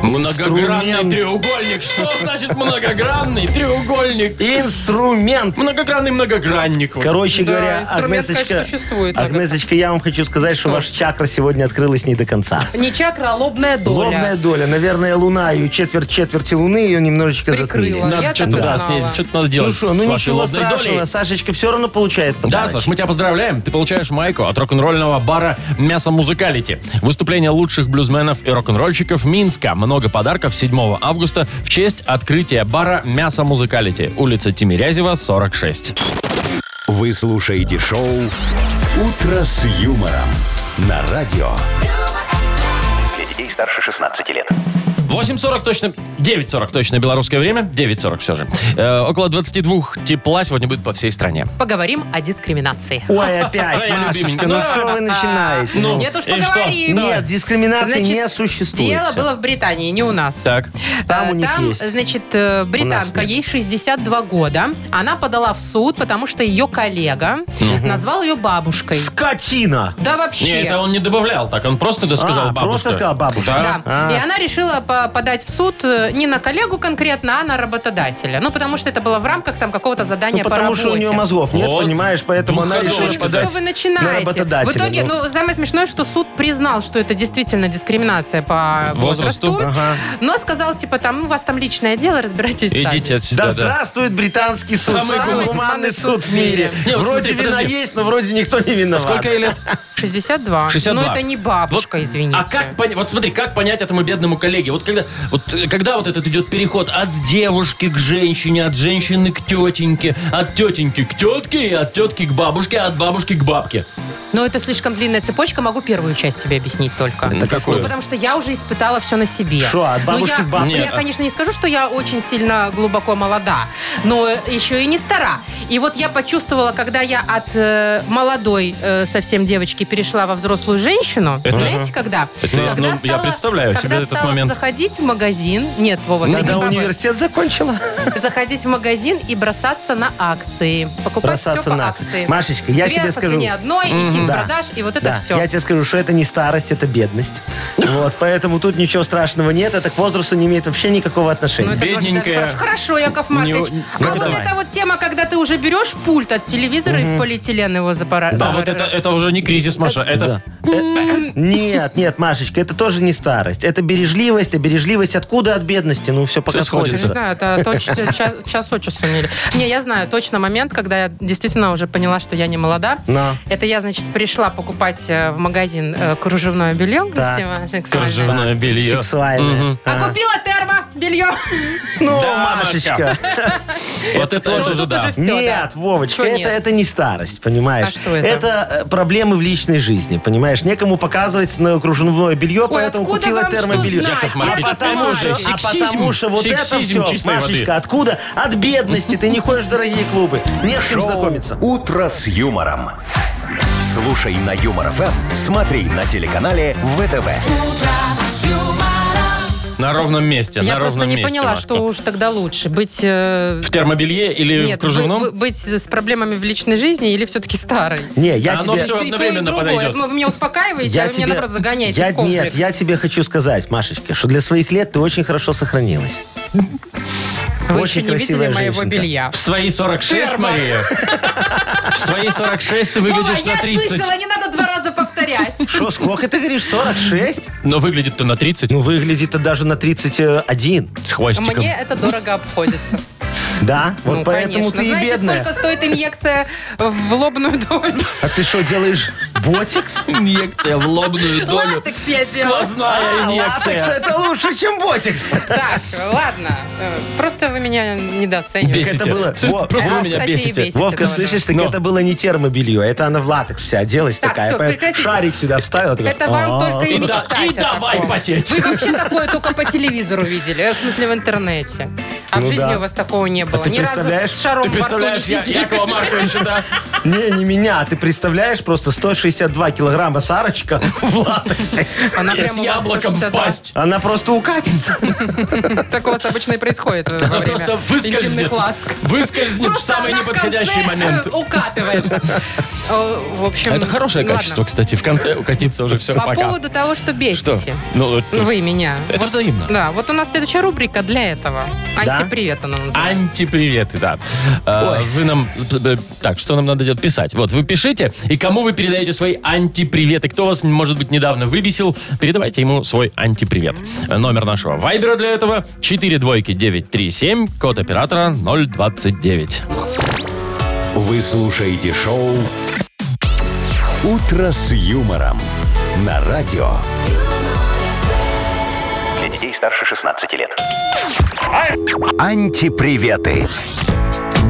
S2: Многогранный
S4: Инструмент.
S2: треугольник. Что значит многогранный треугольник?
S4: Инструмент.
S2: Многогранный многогранник. Вот.
S4: Короче
S3: Да,
S4: говоря,
S3: инструмент,
S4: Агнесочка,
S3: конечно, существует.
S4: Агнесочка, я вам хочу сказать, что
S3: Что?
S4: ваша чакра сегодня открылась не до конца.
S3: Не чакра, а лобная доля.
S4: Лобная доля. Наверное, луна. И четверть четверти луны ее немножечко
S3: Прикрыла.
S4: затмили.
S3: Я
S2: Надо
S3: так
S2: что-то
S3: и
S2: да,
S3: знала.
S2: съездить, что-то надо делать.
S4: Ну что,
S2: с
S4: ну
S2: вашей
S4: ничего
S2: лобной
S4: страшного.
S2: долей.
S4: Сашечка все равно получает
S2: Да,
S4: подарочек.
S2: Саш, мы тебя поздравляем. Ты получаешь майку от рок-н-ролльного бара «Мясо Музыкалити». Выступление лучших блюзменов и рок-н ролльщиков Минска. Много подарков 7 августа в честь открытия бара «Мясо Музыкалити». Улица Тимирязева, 46.
S1: Вы слушаете шоу «Утро с юмором» на радио.
S5: Для детей старше 16 лет.
S2: 8.40 точно, 9.40 точно белорусское время, 9.40 все же. Э, около 22 тепла сегодня будет по всей стране.
S3: Поговорим о дискриминации. А,
S4: Ой, опять,
S2: Твоя
S4: Машечка,
S2: любименькая.
S4: ну
S2: Да.
S4: что вы начинаете?
S2: Ну,
S3: Нет уж,
S2: и что?
S3: поговорим.
S4: Нет, дискриминации
S3: Значит,
S4: не существует.
S3: Дело
S4: Всё.
S3: было в Британии, не у нас. А,
S2: Так,
S4: Там у них есть.
S3: значит, э, британка,
S4: нет.
S3: ей 62 года. Она подала в суд, потому что ее коллега назвал ее бабушкой.
S4: Скотина!
S3: Да вообще.
S2: не, это он не добавлял так, он просто сказал
S4: А,
S2: бабушка.
S4: просто сказал бабушка.
S3: Да.
S4: А.
S3: И она решила по- подать в суд э, не на коллегу конкретно, а на работодателя. Ну, потому что это было в рамках там какого-то задания по
S4: Ну, потому что у
S3: работе.
S4: нее мозгов нет,
S2: Вот.
S4: понимаешь, поэтому она
S2: Двух
S3: Ну,
S2: Решила
S4: решила
S3: Сонечка,
S4: подать
S3: что вы начинаете?
S4: на работодателя,
S3: В итоге,
S4: ну.
S3: ну. самое смешное, что суд признал, что это действительно дискриминация по
S2: Возрасту.
S3: возрасту,
S4: Ага.
S3: но сказал, типа, там, у вас там личное дело, разбирайтесь
S2: Идите
S3: сами.
S2: отсюда,
S4: Да
S2: да.
S4: здравствует британский суд,
S2: Самый гуманный
S4: самый, гуманный суд в мире.
S2: Не, вот
S4: вроде
S2: смотри,
S4: вина
S2: подожди.
S4: есть, но вроде никто не виноват.
S2: Сколько ей лет?
S3: 62.
S2: 62.
S3: Ну, это не бабушка,
S2: Вот,
S3: извините.
S2: А как понять, вот смотри, как понять этому бедному коллеге? Вот когда вот, э, когда вот этот идет переход от девушки к женщине, от женщины к тетеньке, от тетеньки к тетке, и от тетки к бабушке, а от бабушки к бабке.
S3: Но это слишком длинная цепочка, могу первую часть тебе объяснить только.
S4: Это какое?
S3: Ну, потому что я уже испытала все на себе.
S4: Шо, от
S3: Ну,
S4: бабушки
S3: я,
S4: к бабке?
S3: Я, конечно, не скажу, что я очень сильно глубоко молода, но еще и не стара. И вот я почувствовала, когда я от э, молодой э, совсем девочки перешла во взрослую женщину,
S2: Это-
S3: знаете, когда?
S2: Это я,
S3: Когда
S2: ну, я представляю
S3: когда
S2: себе этот
S3: стала
S2: момент.
S3: заходить в магазин, нет, Вова, ты не
S4: Когда
S3: права.
S4: университет закончила?
S3: заходить в магазин и бросаться на акции. Покупать
S4: Бросаться
S3: все по
S4: на акции.
S3: акции.
S4: Машечка, я
S3: Две
S4: тебе
S3: по
S4: скажу.
S3: цене одной, и магазин
S4: Да.
S3: продаж, и вот это
S4: Да.
S3: все.
S4: Я тебе скажу, что это не старость, это бедность. Вот, поэтому тут ничего страшного нет. Это к возрасту не имеет вообще никакого
S3: Ну,
S4: отношения.
S3: это может даже
S2: Бедненькая.
S3: хорошо. Хорошо, Яков Маркович.
S2: Не-
S3: а
S4: ну,
S3: вот
S4: давай.
S3: это вот тема, когда ты уже берешь пульт от телевизора и в полиэтилен его запара...
S2: Да, вот это, это уже не кризис, Маша. Это
S4: Да. Э, Нет, нет, Машечка, это тоже не старость. Это бережливость, а бережливость откуда от бедности? Ну, все пока
S2: Всё сходится.
S3: Не
S4: сходится.
S3: знаю, это точно час, час от часу не- Не, я знаю точно момент, когда я действительно уже поняла, что я не молода.
S4: На.
S3: Это я, значит, пришла покупать э, в магазин э, кружевное белье.
S4: Так.
S3: красивое, сексуальное.
S2: кружевное белье.
S4: Сексуальное.
S2: Мгм.
S3: А купила термо белье.
S4: Ну,
S2: Да,
S4: Машечка.
S2: Вот это
S3: Ну,
S2: тоже,
S3: тут
S2: да.
S3: уже все,
S4: нет, Вовочка,
S3: Чё
S4: это,
S3: нет?
S4: это не старость, понимаешь?
S3: А что это?
S4: Это э, проблемы в личной жизни, понимаешь? Некому показывать на кружевное белье, поэтому
S3: откуда
S4: купила
S3: вам что
S4: термобелье.
S3: знать,
S2: Яков
S3: Маркович?
S4: а потому
S3: Это
S4: что,
S3: же
S4: а
S2: сексизм,
S4: потому что вот это
S2: сексизм
S4: все,
S2: чистой воды.
S4: Машечка, откуда? От бедности. Ты не ходишь в дорогие клубы. Не с кем
S1: Шоу
S4: знакомиться.
S1: «Утро с юмором». Слушай на Юмор ФМ, смотри на телеканале ВТВ.
S2: На ровном месте.
S3: Я
S2: на
S3: просто
S2: ровном
S3: не
S2: месте,
S3: поняла,
S2: Машка.
S3: что уж тогда лучше. Быть... э,
S2: В термобелье или
S3: Нет,
S2: в кружевном?
S3: бы- бы- быть с проблемами в личной жизни или все-таки старой?
S4: Не, я
S2: Да оно
S4: тебе...
S2: всё
S3: Все и то, и
S2: одновременно
S3: другое.
S2: подойдет.
S3: Вы меня успокаиваете, а вы меня, наоборот, загоняете
S4: я-
S3: в комплекс.
S4: Нет, я тебе хочу сказать, Машечка, что для своих лет ты очень хорошо сохранилась.
S3: Вы
S4: очень
S3: еще не видели
S4: красивая
S3: моего
S4: женщинка.
S3: белья.
S2: В свои 46,
S3: Термо.
S2: Мария. В свои 46 ты выглядишь
S3: Вова,
S2: на 30.
S3: не надо два раза повторять.
S4: Что, сколько ты говоришь? 46?
S2: Но выглядит ты на 30
S4: Ну, выглядит-то даже на э, 31.
S2: с хвостиком.
S3: Мне это дорого обходится.
S4: Да, вот
S3: Ну,
S4: поэтому
S3: конечно.
S4: ты и
S3: Знаете,
S4: бедная.
S3: сколько стоит инъекция в лобную долю?
S4: А ты что, делаешь ботикс?
S2: Инъекция в лобную долю.
S3: Латекс я А, делала.
S2: Сквозная
S4: Латекс
S2: инъекция.
S4: это лучше, чем ботикс.
S3: Так, ладно. Э, Просто вы меня недооцениваете.
S2: Бесите.
S4: это было?
S2: Всё,
S4: Во.
S2: Просто
S3: А,
S2: вы меня
S3: кстати, и
S2: бесите.
S3: бесит.
S4: Вовка,
S3: да, да.
S4: слышишь, так
S2: Но.
S4: это было не термобелье, это она в латекс вся оделась
S3: Так,
S4: такая.
S3: всё,
S4: поэтому
S3: прекратите.
S4: Шарик сюда вставила. такая,
S3: Это вам
S4: «А-а-а».
S3: только и
S2: И да-
S3: мечтать
S2: и
S3: о
S2: давай
S3: таком.
S2: потеть.
S3: Вы вообще такое только по телевизору видели, э, в смысле в интернете. А в
S4: Ну
S3: жизни
S4: да.
S3: у вас такого не было.
S4: ты
S3: Ни разу
S4: представляешь?
S3: с шаром
S2: Ты
S3: во рту не
S2: представляешь, я,
S3: сидели.
S2: Якова Марковича, да?
S4: Не, не меня, а ты представляешь, просто 162 килограмма Сарочка в латексе.
S3: Она
S2: И
S3: прям
S2: с
S3: у вас
S2: яблоком
S3: 162.
S2: в пасть.
S4: Она просто укатится.
S3: Так у вас обычно и происходит э, во
S2: Она
S3: время
S2: просто выскользнет.
S3: интимных ласк.
S2: Выскользнет в
S3: Просто
S2: самый
S3: она в
S2: неподходящий
S3: конце,
S2: момент.
S3: э, Укатывается. Э, В общем,
S2: А Это хорошее
S3: ладно.
S2: качество, кстати. В конце укатиться уже все,
S3: По
S2: пока.
S3: поводу того, что
S2: Что?
S3: бесите.
S2: Ну, э,
S3: Вы меня.
S2: Это
S3: Вот-
S2: взаимно.
S3: Да, вот у нас следующая рубрика для этого. Антипривет
S2: А
S3: она называется.
S2: Антиприветы, да. Э, Вы нам... э, Так, что нам надо делать? Писать. Вот, вы пишите, и кому вы передаете свои антиприветы. Кто вас, может быть, недавно выбесил, передавайте ему свой антипривет. Э, Номер нашего вайбера для этого 4 двойки 937, код оператора 029.
S1: Вы слушаете шоу «Утро с юмором» на радио.
S5: Для детей старше 16 лет.
S1: Антиприветы.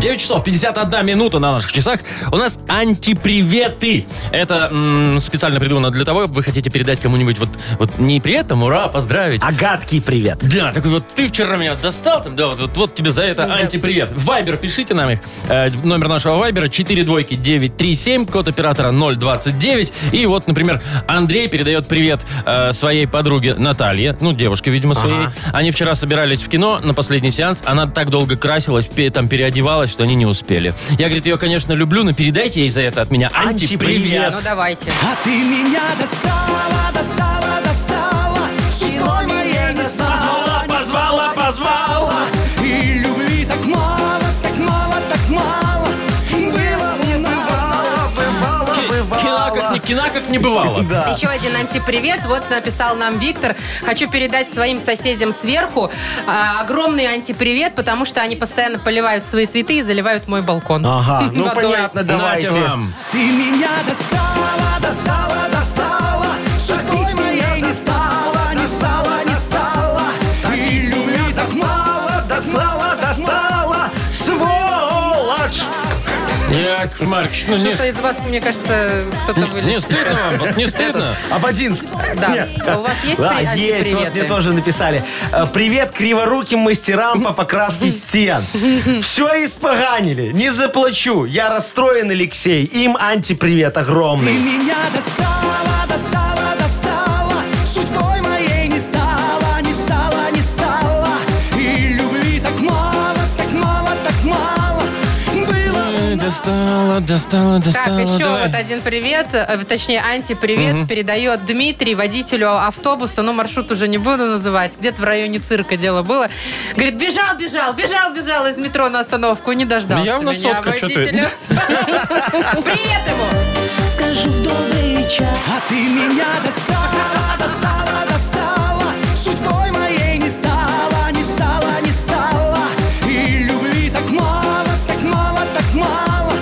S2: 9 часов 51 минута на наших часах. У нас антиприветы. Это м, специально придумано для того, вы хотите передать кому-нибудь вот, вот не привет, там, ура, поздравить.
S4: А гадкий привет.
S2: Да, такой вот ты вчера меня достал, там, да, вот, вот, вот тебе за это
S3: Ну Да.
S2: антипривет. В Вайбер пишите нам их. Э, номер нашего Вайбера 4 двойки 937, код оператора 029. И вот, например, Андрей передает привет э, своей подруге Наталье, ну, девушке, видимо, своей. Они вчера собирались в кино на последний сеанс. Она так долго красилась, пе- там переодевалась, что они не успели. Я, говорит, ее, конечно, люблю, но передайте ей за это от меня антипривет.
S4: Антипривет.
S3: Ну давайте.
S4: А ты меня достала, достала, достала. В кино моей не стала,
S2: позвала, позвала.
S4: И любви так мало, так мало, так мало. Было не бывало, бывало,
S2: Кина как, ни- кина как не бывало.
S4: Да.
S3: Еще один антипривет. Вот написал нам Виктор. Хочу передать своим соседям сверху а, огромный антипривет, потому что они постоянно поливают свои цветы и заливают мой балкон.
S4: Ага, ну
S3: Водой.
S4: понятно, давайте.
S2: Нате вам.
S4: Ты меня достала, достала, достала. Забыть меня не стала, не стала, не стала. И любви дознала, дознала, достала. Сволочь!
S2: Яков Маркович, ну не
S3: Что-то из вас, мне кажется, кто-то
S2: Не
S3: вылез.
S2: стыдно вам? Вот не стыдно?
S4: Ободинск.
S3: Да.
S4: Нет.
S3: А у вас есть
S4: Да,
S3: при-
S4: есть. Вот
S3: антиприветы?
S4: мне тоже написали. Э, Привет криворуким мастерам по покраске стен. Все испоганили. Не заплачу. Я расстроен, Алексей. Им антипривет огромный. Ты меня достала, достала, достала. Судьбой моей не стала, не стала, не стала. И любви так мало, так мало, так мало. Было
S2: Достала, достала, достала,
S3: Так,
S2: достала.
S3: еще
S2: давай.
S3: вот один привет, э, точнее, антипривет передает Дмитрий, водителю автобуса, но маршрут уже не буду называть, где-то в районе цирка дело было. Говорит, бежал, бежал, бежал, бежал из метро на остановку, не дождался
S2: Ну, Явно
S3: меня,
S2: сотка, чё ты?
S3: водителя. Привет ему!
S10: Скажу в добрый час.
S5: А ты меня достала, достала, достала. Судьбой моей не стала, не стала, не стала. И любви так мало, так мало, так мало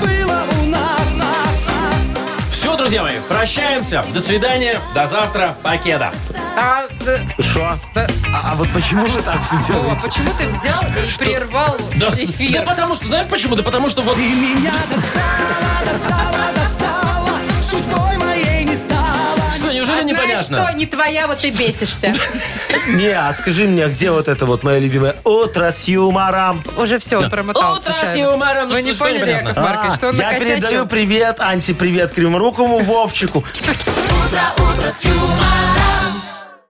S5: было у нас.
S4: А,
S2: Все, друзья мои, прощаемся. До свидания, до завтра, покеда.
S3: А, да,
S4: Шо?
S3: да,
S4: А, а вот почему вы так все
S3: Вова,
S4: делаете?
S3: почему ты взял и прервал
S2: Да, да
S3: эфир?
S2: потому что, знаешь почему? Да потому что вот
S5: Ты меня достала, достала, достала. Судьбой моей не стала.
S2: что, неужели
S3: А знаешь
S2: непонятно?
S3: что, не твоя, вот ты бесишься.
S4: Не, а скажи мне, а где вот это вот мое любимое «Утро с юмором»?
S3: Уже все, промотал.
S2: Утро с
S3: случайно.
S2: юмором, ну
S3: Вы
S2: что,
S3: не
S2: что
S3: поняли,
S2: непонятно?
S3: Яков Маркович, что он
S4: А, я
S3: накосячил?
S4: передаю привет, антипривет кривому Вовчику.
S10: Утро, утро с юмором.